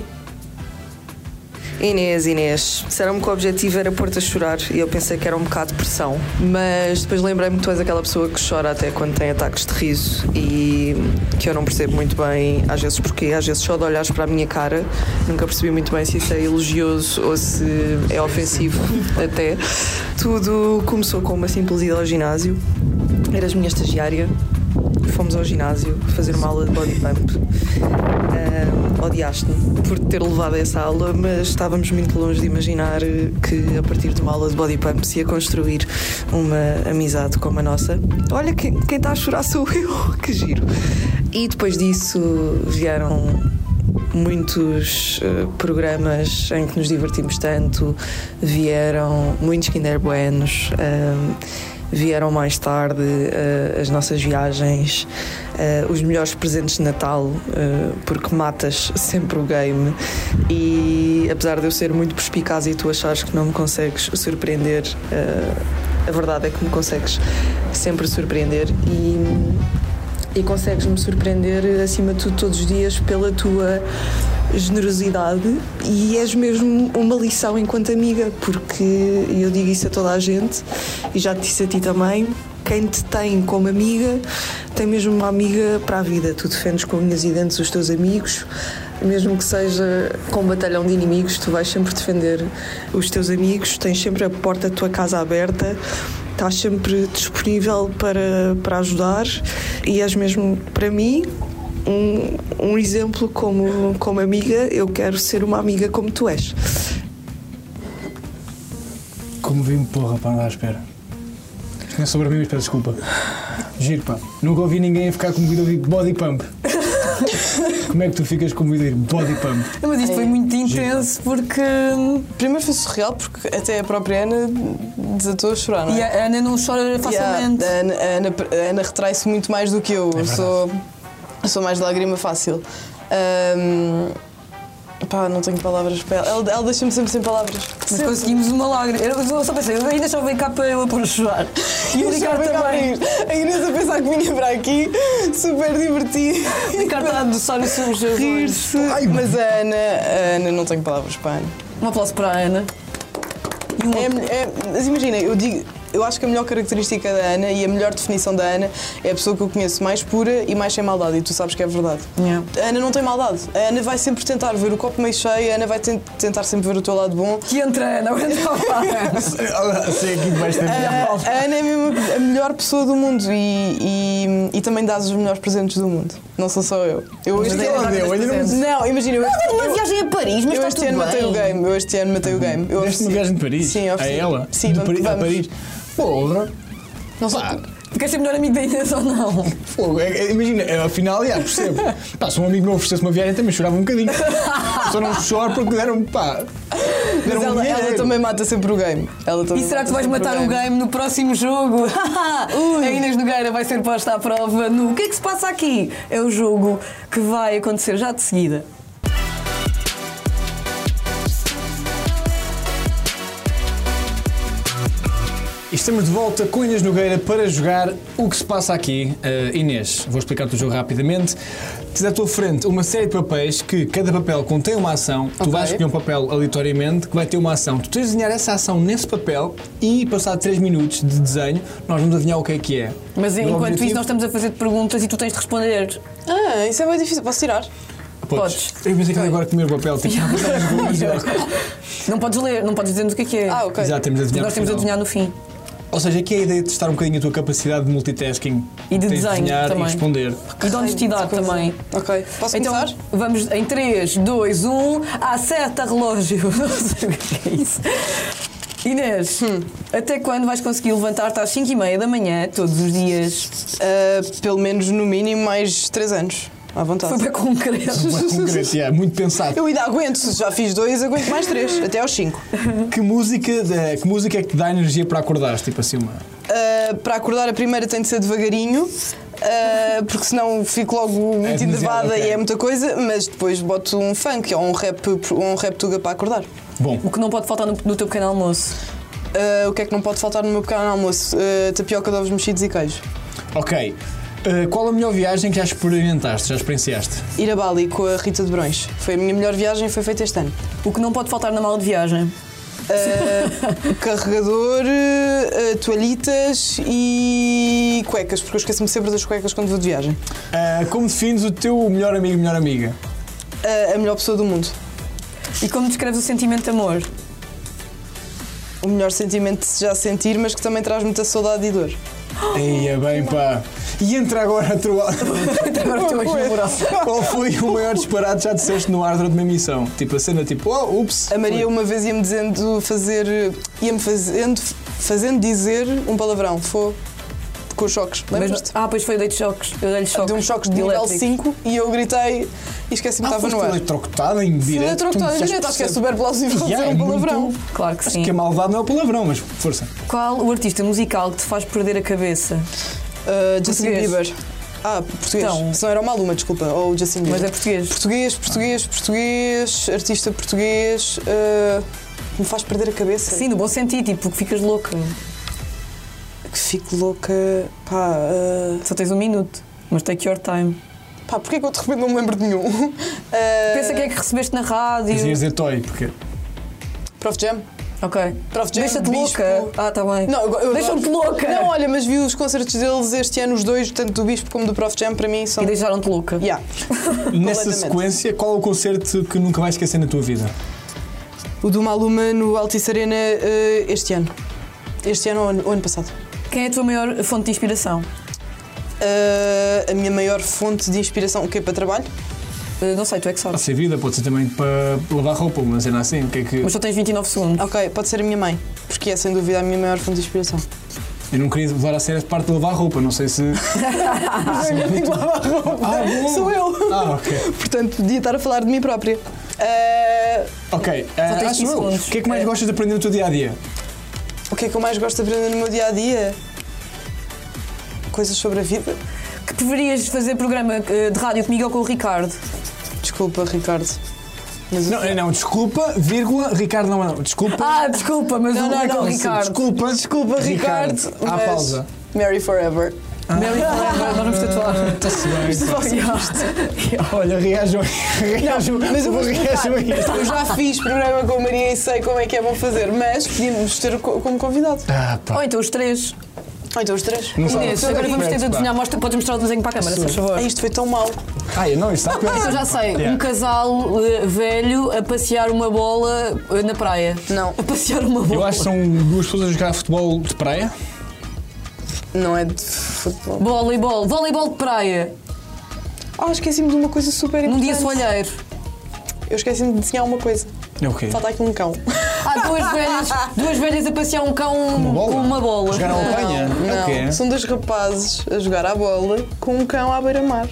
Speaker 5: Inês, Inês, disseram-me que o objetivo era pôr-te a chorar e eu pensei que era um bocado de pressão, mas depois lembrei-me que tu és aquela pessoa que chora até quando tem ataques de riso e que eu não percebo muito bem, às vezes porque às vezes só de olhares para a minha cara, nunca percebi muito bem se isso é elogioso ou se é ofensivo até. Tudo começou com uma simples ida ao ginásio, eras minha estagiária, fomos ao ginásio fazer uma aula de body pump. Ah, Odiaste-me por ter levado essa aula, mas estávamos muito longe de imaginar eh, que a partir de uma aula de body pump se ia construir uma amizade como a nossa. Olha, quem, quem está a chorar sou eu, que giro! E depois disso vieram muitos eh, programas em que nos divertimos tanto, vieram muitos Kinder Buenos, ehm, vieram mais tarde eh, as nossas viagens, eh, os melhores presentes de Natal, eh, porque matas sempre o game. E apesar de eu ser muito perspicaz e tu achares que não me consegues surpreender, eh, a verdade é que me consegues sempre surpreender e e consegues-me surpreender eh, acima de tudo todos os dias pela tua generosidade e és mesmo uma lição enquanto amiga, porque e eu digo isso a toda a gente e já te disse a ti também. Quem te tem como amiga tem mesmo uma amiga para a vida. Tu defendes com unhas e dentes os teus amigos, mesmo que seja com um batalhão de inimigos, tu vais sempre defender os teus amigos, tens sempre a porta da tua casa aberta estás sempre disponível para, para ajudar e és mesmo, para mim, um, um exemplo como, como amiga. Eu quero ser uma amiga como tu és.
Speaker 2: Como vi-me porra, pá, não à espera. Isto não é sobre mim, mas peço desculpa. Giro, pá. Nunca ouvi ninguém a ficar comovido a ouvir body pump. Como é que tu ficas comovido a ouvir body pump?
Speaker 1: Não, Mas isto foi muito intenso porque. hum,
Speaker 3: Primeiro foi surreal porque até a própria Ana desatou a chorar, não é?
Speaker 1: E a Ana não chora facilmente.
Speaker 3: Yeah, a Ana, a Ana- a Ana retrai-se muito mais do que eu. eu
Speaker 2: verdade.
Speaker 3: sou, eu sou mais de lágrima fácil. Ahm, pá, não tenho palavras para ela. Ela, ela deixa-me sempre sem palavras.
Speaker 1: Mas conseguimos uma lágrima. Eu só pensei, eu ainda só vem cá para eu a pôr a chorar. E o
Speaker 3: Deixa-me
Speaker 1: Ricardo
Speaker 3: brincar
Speaker 1: também.
Speaker 3: para isto. A Inês a pensar que vinha para aqui, super divertido.
Speaker 1: O Ricardo está a adoçar os seus olhos.
Speaker 3: Rir-se. Mas a Ana, a Ana, não tenho palavras para a Ana.
Speaker 1: Um aplauso para a Ana. E um
Speaker 3: É, é, mas é, imagina, eu digo, eu acho que a melhor característica da Ana e a melhor definição da Ana é a pessoa que eu conheço mais pura e mais sem maldade, e tu sabes que é verdade.
Speaker 1: Yeah.
Speaker 3: A Ana não tem maldade. A Ana vai sempre tentar ver o copo meio cheio, a Ana vai ten- tentar sempre ver o teu lado bom.
Speaker 1: Que entra, não entra lá.
Speaker 2: Sei aqui debaixo da minha
Speaker 3: A,
Speaker 2: malta.
Speaker 3: a Ana é mesmo a melhor pessoa do mundo e, e, e também dás os melhores presentes do mundo. Não sou só eu. Eu
Speaker 2: Mas
Speaker 3: este
Speaker 2: ela
Speaker 3: ano.
Speaker 2: deu, ainda não me disse.
Speaker 3: Não, imagina, eu este,
Speaker 1: Uma viagem a Paris, mas
Speaker 3: eu
Speaker 1: está
Speaker 3: este
Speaker 1: tudo
Speaker 3: ano matei um o
Speaker 1: bem.
Speaker 3: game. Eu este ano matei o game.
Speaker 2: Deste uma
Speaker 3: Eu ofereci-
Speaker 2: viagem um de Paris?
Speaker 3: Sim,
Speaker 2: a
Speaker 3: ofereci-
Speaker 2: ela?
Speaker 3: Sim,
Speaker 2: de
Speaker 3: vamos.
Speaker 2: Paris, a
Speaker 3: vamos.
Speaker 2: Paris. Porra!
Speaker 3: Não sei.
Speaker 2: Pá,
Speaker 1: Queres ser melhor amigo da Inês ou não?
Speaker 2: Fogo, é- é- imagina, é, afinal, já percebo. Pá, se um amigo me oferecesse uma viagem, também chorava um bocadinho. Só não choro porque deram-me, pá.
Speaker 3: Mas
Speaker 2: Deram-me um
Speaker 3: ela, ela
Speaker 2: dinheiro.
Speaker 3: também mata sempre o game. Ela também
Speaker 1: E será que tu
Speaker 3: mata
Speaker 1: vais
Speaker 3: sempre
Speaker 1: matar um o game no próximo jogo?
Speaker 3: Ui.
Speaker 1: a Inês Nogueira vai ser posta à prova no O que é que se passa aqui? É o jogo que vai acontecer já de seguida.
Speaker 2: E estamos de volta com Inês Nogueira para jogar o que se passa aqui. Eh, Inês, vou explicar-te o jogo rapidamente. Tens à tua frente uma série de papéis que cada papel contém uma ação. Tu
Speaker 3: Ok.
Speaker 2: vais escolher um papel aleatoriamente que vai ter uma ação. Tu tens de desenhar essa ação nesse papel e, passado 3 minutos de desenho, nós vamos adivinhar o que é que é.
Speaker 1: Mas
Speaker 2: E o
Speaker 1: enquanto
Speaker 2: objetivo-
Speaker 1: isso, nós estamos a fazer perguntas e tu tens de responder.
Speaker 3: Ah, isso é bem difícil. Posso tirar?
Speaker 2: Podes. Eu pensei que era agora comer o papel. Tipo,
Speaker 1: Não podes ler, não podes dizer-nos o que é que é.
Speaker 3: Ah, ok.
Speaker 2: já temos de adivinhar.
Speaker 1: Nós
Speaker 2: no
Speaker 1: temos de adivinhar
Speaker 2: final.
Speaker 1: no fim.
Speaker 2: Ou seja, aqui é a ideia de testar um bocadinho a tua capacidade de multitasking.
Speaker 1: E de
Speaker 2: Tens
Speaker 1: desenho
Speaker 2: desenhar
Speaker 1: também.
Speaker 2: e responder.
Speaker 1: E de honestidade
Speaker 3: Coisa.
Speaker 1: também.
Speaker 3: Ok. Posso
Speaker 1: então,
Speaker 3: começar?
Speaker 1: vamos em 3, 2, 1, acerta relógio. Não sei o que é isso. Inês,
Speaker 3: Hum.
Speaker 1: até quando vais conseguir levantar-te às 5 e meia da manhã, todos os dias?
Speaker 3: Ah, pelo menos no mínimo mais 3 anos. À vontade.
Speaker 1: Foi um bem concreto.
Speaker 3: é
Speaker 2: Mas
Speaker 3: um
Speaker 2: concreto, yeah, muito pensado.
Speaker 3: Eu ainda aguento, já fiz dois, aguento mais três, até aos cinco.
Speaker 2: Que música, eh, que música é que te dá energia para acordares? Tipo assim, uma.
Speaker 3: Ah, para acordar a primeira tem de ser devagarinho, ah, porque senão fico logo muito
Speaker 2: demasiado,
Speaker 3: enervada
Speaker 2: ok.
Speaker 3: e é muita coisa, mas depois boto um funk ou um rap, um rap tuga para acordar.
Speaker 2: Bom,
Speaker 1: O que não pode faltar no, no teu pequeno almoço.
Speaker 3: Ah, o que é que não pode faltar no meu pequeno almoço? Ah, tapioca de ovos mexidos e queijo.
Speaker 2: ok. Eh, qual a melhor viagem que já experimentaste, já experienciaste?
Speaker 3: Ir a Bali com a Rita de Brões. Foi a minha melhor viagem, foi feita este ano.
Speaker 1: O que não pode faltar na mala de viagem.
Speaker 3: Ah, carregador, ah, toalhitas e cuecas, porque eu esqueço-me sempre das cuecas quando vou de viagem.
Speaker 2: Eh, como defines o teu melhor amigo, melhor amiga?
Speaker 3: Ah, a, a melhor pessoa do mundo.
Speaker 1: E como descreves o sentimento de amor?
Speaker 3: O melhor sentimento de se já sentir, mas que também traz muita saudade e dor.
Speaker 2: Eia, é bem pá. E entra agora a tua.
Speaker 1: Agora estou a namorar.
Speaker 2: Qual foi o maior disparate que já disseste no ar durante uma emissão? Tipo a cena tipo, oh, ups.
Speaker 3: A Maria uma vez ia-me dizendo fazer. ia-me fazendo, fazendo dizer um palavrão. Foi com os choques.
Speaker 1: Mas-
Speaker 3: Lembras-te?
Speaker 1: ah, pois foi, eu dei-te choques. Eu dei-lhe choques.
Speaker 3: De uns choques de nível
Speaker 1: elétricos.
Speaker 3: 5 e eu gritei e esqueci-me que
Speaker 2: Ah,
Speaker 3: estava
Speaker 2: foste
Speaker 3: no ar.
Speaker 2: eletrocutada em direto.
Speaker 3: Eletrocutada
Speaker 2: Tu
Speaker 3: direto, acho que é super plausível
Speaker 2: Yeah,
Speaker 3: dizer
Speaker 2: é
Speaker 3: um
Speaker 2: muito-
Speaker 3: palavrão.
Speaker 1: Claro que
Speaker 2: Acho
Speaker 1: sim.
Speaker 2: que a maldade não é o palavrão, mas força.
Speaker 1: Qual o artista musical que te faz perder a cabeça?
Speaker 3: Uh, Justin
Speaker 1: Português.
Speaker 3: Bieber. Ah, português.
Speaker 1: Então.
Speaker 3: Se não era uma aluna, desculpa. Ou Justin Bieber.
Speaker 1: Mas é português.
Speaker 3: Português, português, português, artista português. uh, que me faz perder a cabeça.
Speaker 1: Sim, no bom sentido, tipo, que ficas louca.
Speaker 3: que fico louca. Pá, ah,
Speaker 1: Só tens um minuto, mas take your time.
Speaker 3: pá porquê que eu de repente não me lembro de nenhum? Ah,
Speaker 1: Pensa que é que recebeste na rádio.
Speaker 2: Dizias dizer toy, porque.
Speaker 3: Prof Jam?
Speaker 1: Ok.
Speaker 3: Prof Jam,
Speaker 1: Deixa-te
Speaker 3: Bispo.
Speaker 1: louca. Ah, tá bem.
Speaker 3: Não, eu- eu
Speaker 1: Deixam-te
Speaker 3: adoro-
Speaker 1: louca.
Speaker 3: Não, olha, mas vi os concertos deles este ano, os dois, tanto do Bispo como do Prof Jam, para mim são.
Speaker 1: E deixaram-te louca.
Speaker 3: Yeah.
Speaker 2: Nessa
Speaker 3: Completamente.
Speaker 2: sequência, qual é o concerto que nunca vais esquecer na tua vida?
Speaker 3: O do Maluma no Altice Arena ah, este ano. Este ano ou ano, ou ano passado.
Speaker 1: Quem é a tua maior fonte de inspiração?
Speaker 3: Ah, a minha maior fonte de inspiração, o que é para trabalho?
Speaker 1: Uh, não sei, tu é que
Speaker 2: Pode
Speaker 1: sabes.
Speaker 2: ser vida, pode ser também para lavar roupa, uma cena assim. O que é que.
Speaker 1: Mas só tens 29 segundos.
Speaker 3: Ok, pode ser a minha mãe, porque é sem dúvida a minha maior fonte de inspiração.
Speaker 2: Eu não queria levar a sério a parte de lavar roupa, não sei se. Ah, bom.
Speaker 3: Sou eu!
Speaker 2: Ah, ok.
Speaker 3: Portanto, podia estar a falar de mim própria. Ah,
Speaker 2: Ok, ah,
Speaker 1: tens
Speaker 2: acho
Speaker 1: 15
Speaker 2: eu.
Speaker 1: segundos.
Speaker 2: O que é que mais
Speaker 1: É.
Speaker 2: gostas de aprender no teu dia a dia?
Speaker 3: O que é que eu mais gosto de aprender no meu dia a dia? Coisas sobre a vida.
Speaker 1: Que deverias fazer programa uh, de rádio comigo ou com o Ricardo?
Speaker 3: Desculpa, Ricardo. Mas o-
Speaker 2: Não, eh, não, desculpa, vírgula, Ricardo não, não, desculpa.
Speaker 1: Ah, desculpa, mas
Speaker 3: Não,
Speaker 1: o
Speaker 3: não,
Speaker 1: é com o
Speaker 3: não,
Speaker 1: Ricardo.
Speaker 2: Desculpa,
Speaker 3: Desculpa, Ricardo.
Speaker 2: Ricardo. À
Speaker 3: mas
Speaker 2: pausa.
Speaker 3: Mary Forever.
Speaker 1: Mary Forever, nós vamos tatuar.
Speaker 2: Está-se bem.
Speaker 1: Yeah.
Speaker 2: Tá Olha, reajam. Reajam.
Speaker 3: Mas eu vou
Speaker 2: reajam a isso.
Speaker 3: explicar. Eu já fiz programa com a Maria e sei como é que é bom fazer, mas podíamos ter co- como convidado.
Speaker 2: Ah, pá.
Speaker 1: Ou então os três.
Speaker 3: Ou então os três.
Speaker 2: Não sabe.
Speaker 1: Inês, agora vamos ter de
Speaker 2: Pá.
Speaker 1: desenhar. Mostra, podes mostrar o desenho para a câmara, se faz favor.
Speaker 3: Ah, isto foi tão mal.
Speaker 2: Ah, não, isto está a
Speaker 1: Eu já sei, um casal eh, velho a passear uma bola eh, na praia.
Speaker 5: Não.
Speaker 1: A passear uma bola.
Speaker 2: Eu acho que são duas pessoas a jogar futebol de praia.
Speaker 5: Não é de futebol.
Speaker 1: Voleibol, voleibol de praia,
Speaker 3: Ah, esqueci-me de uma coisa super importante.
Speaker 1: num dia soalheiro.
Speaker 3: Eu esqueci-me de desenhar uma coisa.
Speaker 2: É o quê?
Speaker 3: Falta aqui um cão.
Speaker 1: Há duas velhas, duas velhas a passear um cão
Speaker 2: bola?
Speaker 1: com uma bola. Ah,
Speaker 2: Jogar a alcanha? É o
Speaker 3: Não,
Speaker 2: quê?
Speaker 3: são dois rapazes a jogar à bola com um cão à beira-mar.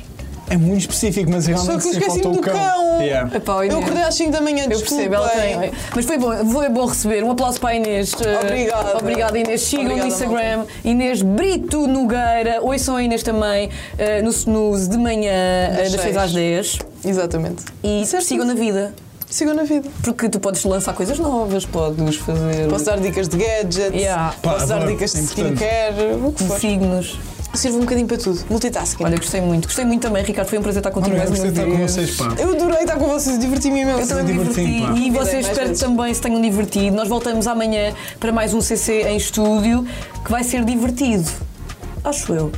Speaker 2: É muito específico, mas realmente
Speaker 3: Só que eu
Speaker 2: Ah, sim, faltou um
Speaker 3: esqueci-me
Speaker 2: o
Speaker 3: do
Speaker 2: cão.
Speaker 3: cão.
Speaker 2: Yeah.
Speaker 1: Epá, Inês,
Speaker 3: Eu acordei às 5 da manhã,
Speaker 1: eu
Speaker 3: desculpem.
Speaker 1: percebo, ela tem. Mas foi bom, foi bom receber. Um aplauso para a Inês. Eh,
Speaker 3: Obrigada.
Speaker 1: Obrigada, Inês. Sigam no
Speaker 3: Obrigada,
Speaker 1: Instagram. Inês Brito Nogueira. Ouçam a Inês também eh, no snooze de manhã, eh, das
Speaker 3: seis.
Speaker 1: 6 às 10.
Speaker 3: Exatamente.
Speaker 1: E sigam na vida.
Speaker 3: Sigam na vida.
Speaker 1: Porque tu podes lançar coisas novas, podes fazer
Speaker 3: Posso dar dicas de gadgets,
Speaker 1: Yeah.
Speaker 2: Pá,
Speaker 3: posso dar
Speaker 2: adoro. é
Speaker 3: dicas de
Speaker 2: Importante.
Speaker 3: skincare, o que for.
Speaker 1: signos.
Speaker 3: Sirvo um bocadinho para tudo. Multitasking.
Speaker 1: Olha, gostei muito. Gostei muito também, Ricardo. Foi um prazer estar contigo
Speaker 2: Olha, eu
Speaker 1: mais uma
Speaker 2: gostei de estar com
Speaker 1: vez.
Speaker 2: vocês, pá.
Speaker 3: Eu adorei estar com vocês, diverti-me imenso.
Speaker 1: Eu também me
Speaker 2: diverti,
Speaker 1: diverti
Speaker 2: pá.
Speaker 1: e
Speaker 3: Convidei
Speaker 1: vocês
Speaker 3: mais
Speaker 1: espero
Speaker 3: vezes.
Speaker 1: também se tenham divertido. Nós voltamos amanhã para mais um CC em estúdio que vai ser divertido. Acho eu.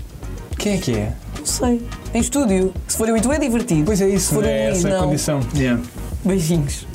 Speaker 2: Quem é que é?
Speaker 1: Não sei. Em estúdio. Se for eu e tu é divertido.
Speaker 2: Pois é isso,
Speaker 1: Se for
Speaker 2: não
Speaker 1: eu
Speaker 2: é
Speaker 1: e Luís,
Speaker 2: essa a
Speaker 1: não.
Speaker 2: condição. Yeah.
Speaker 1: Beijinhos.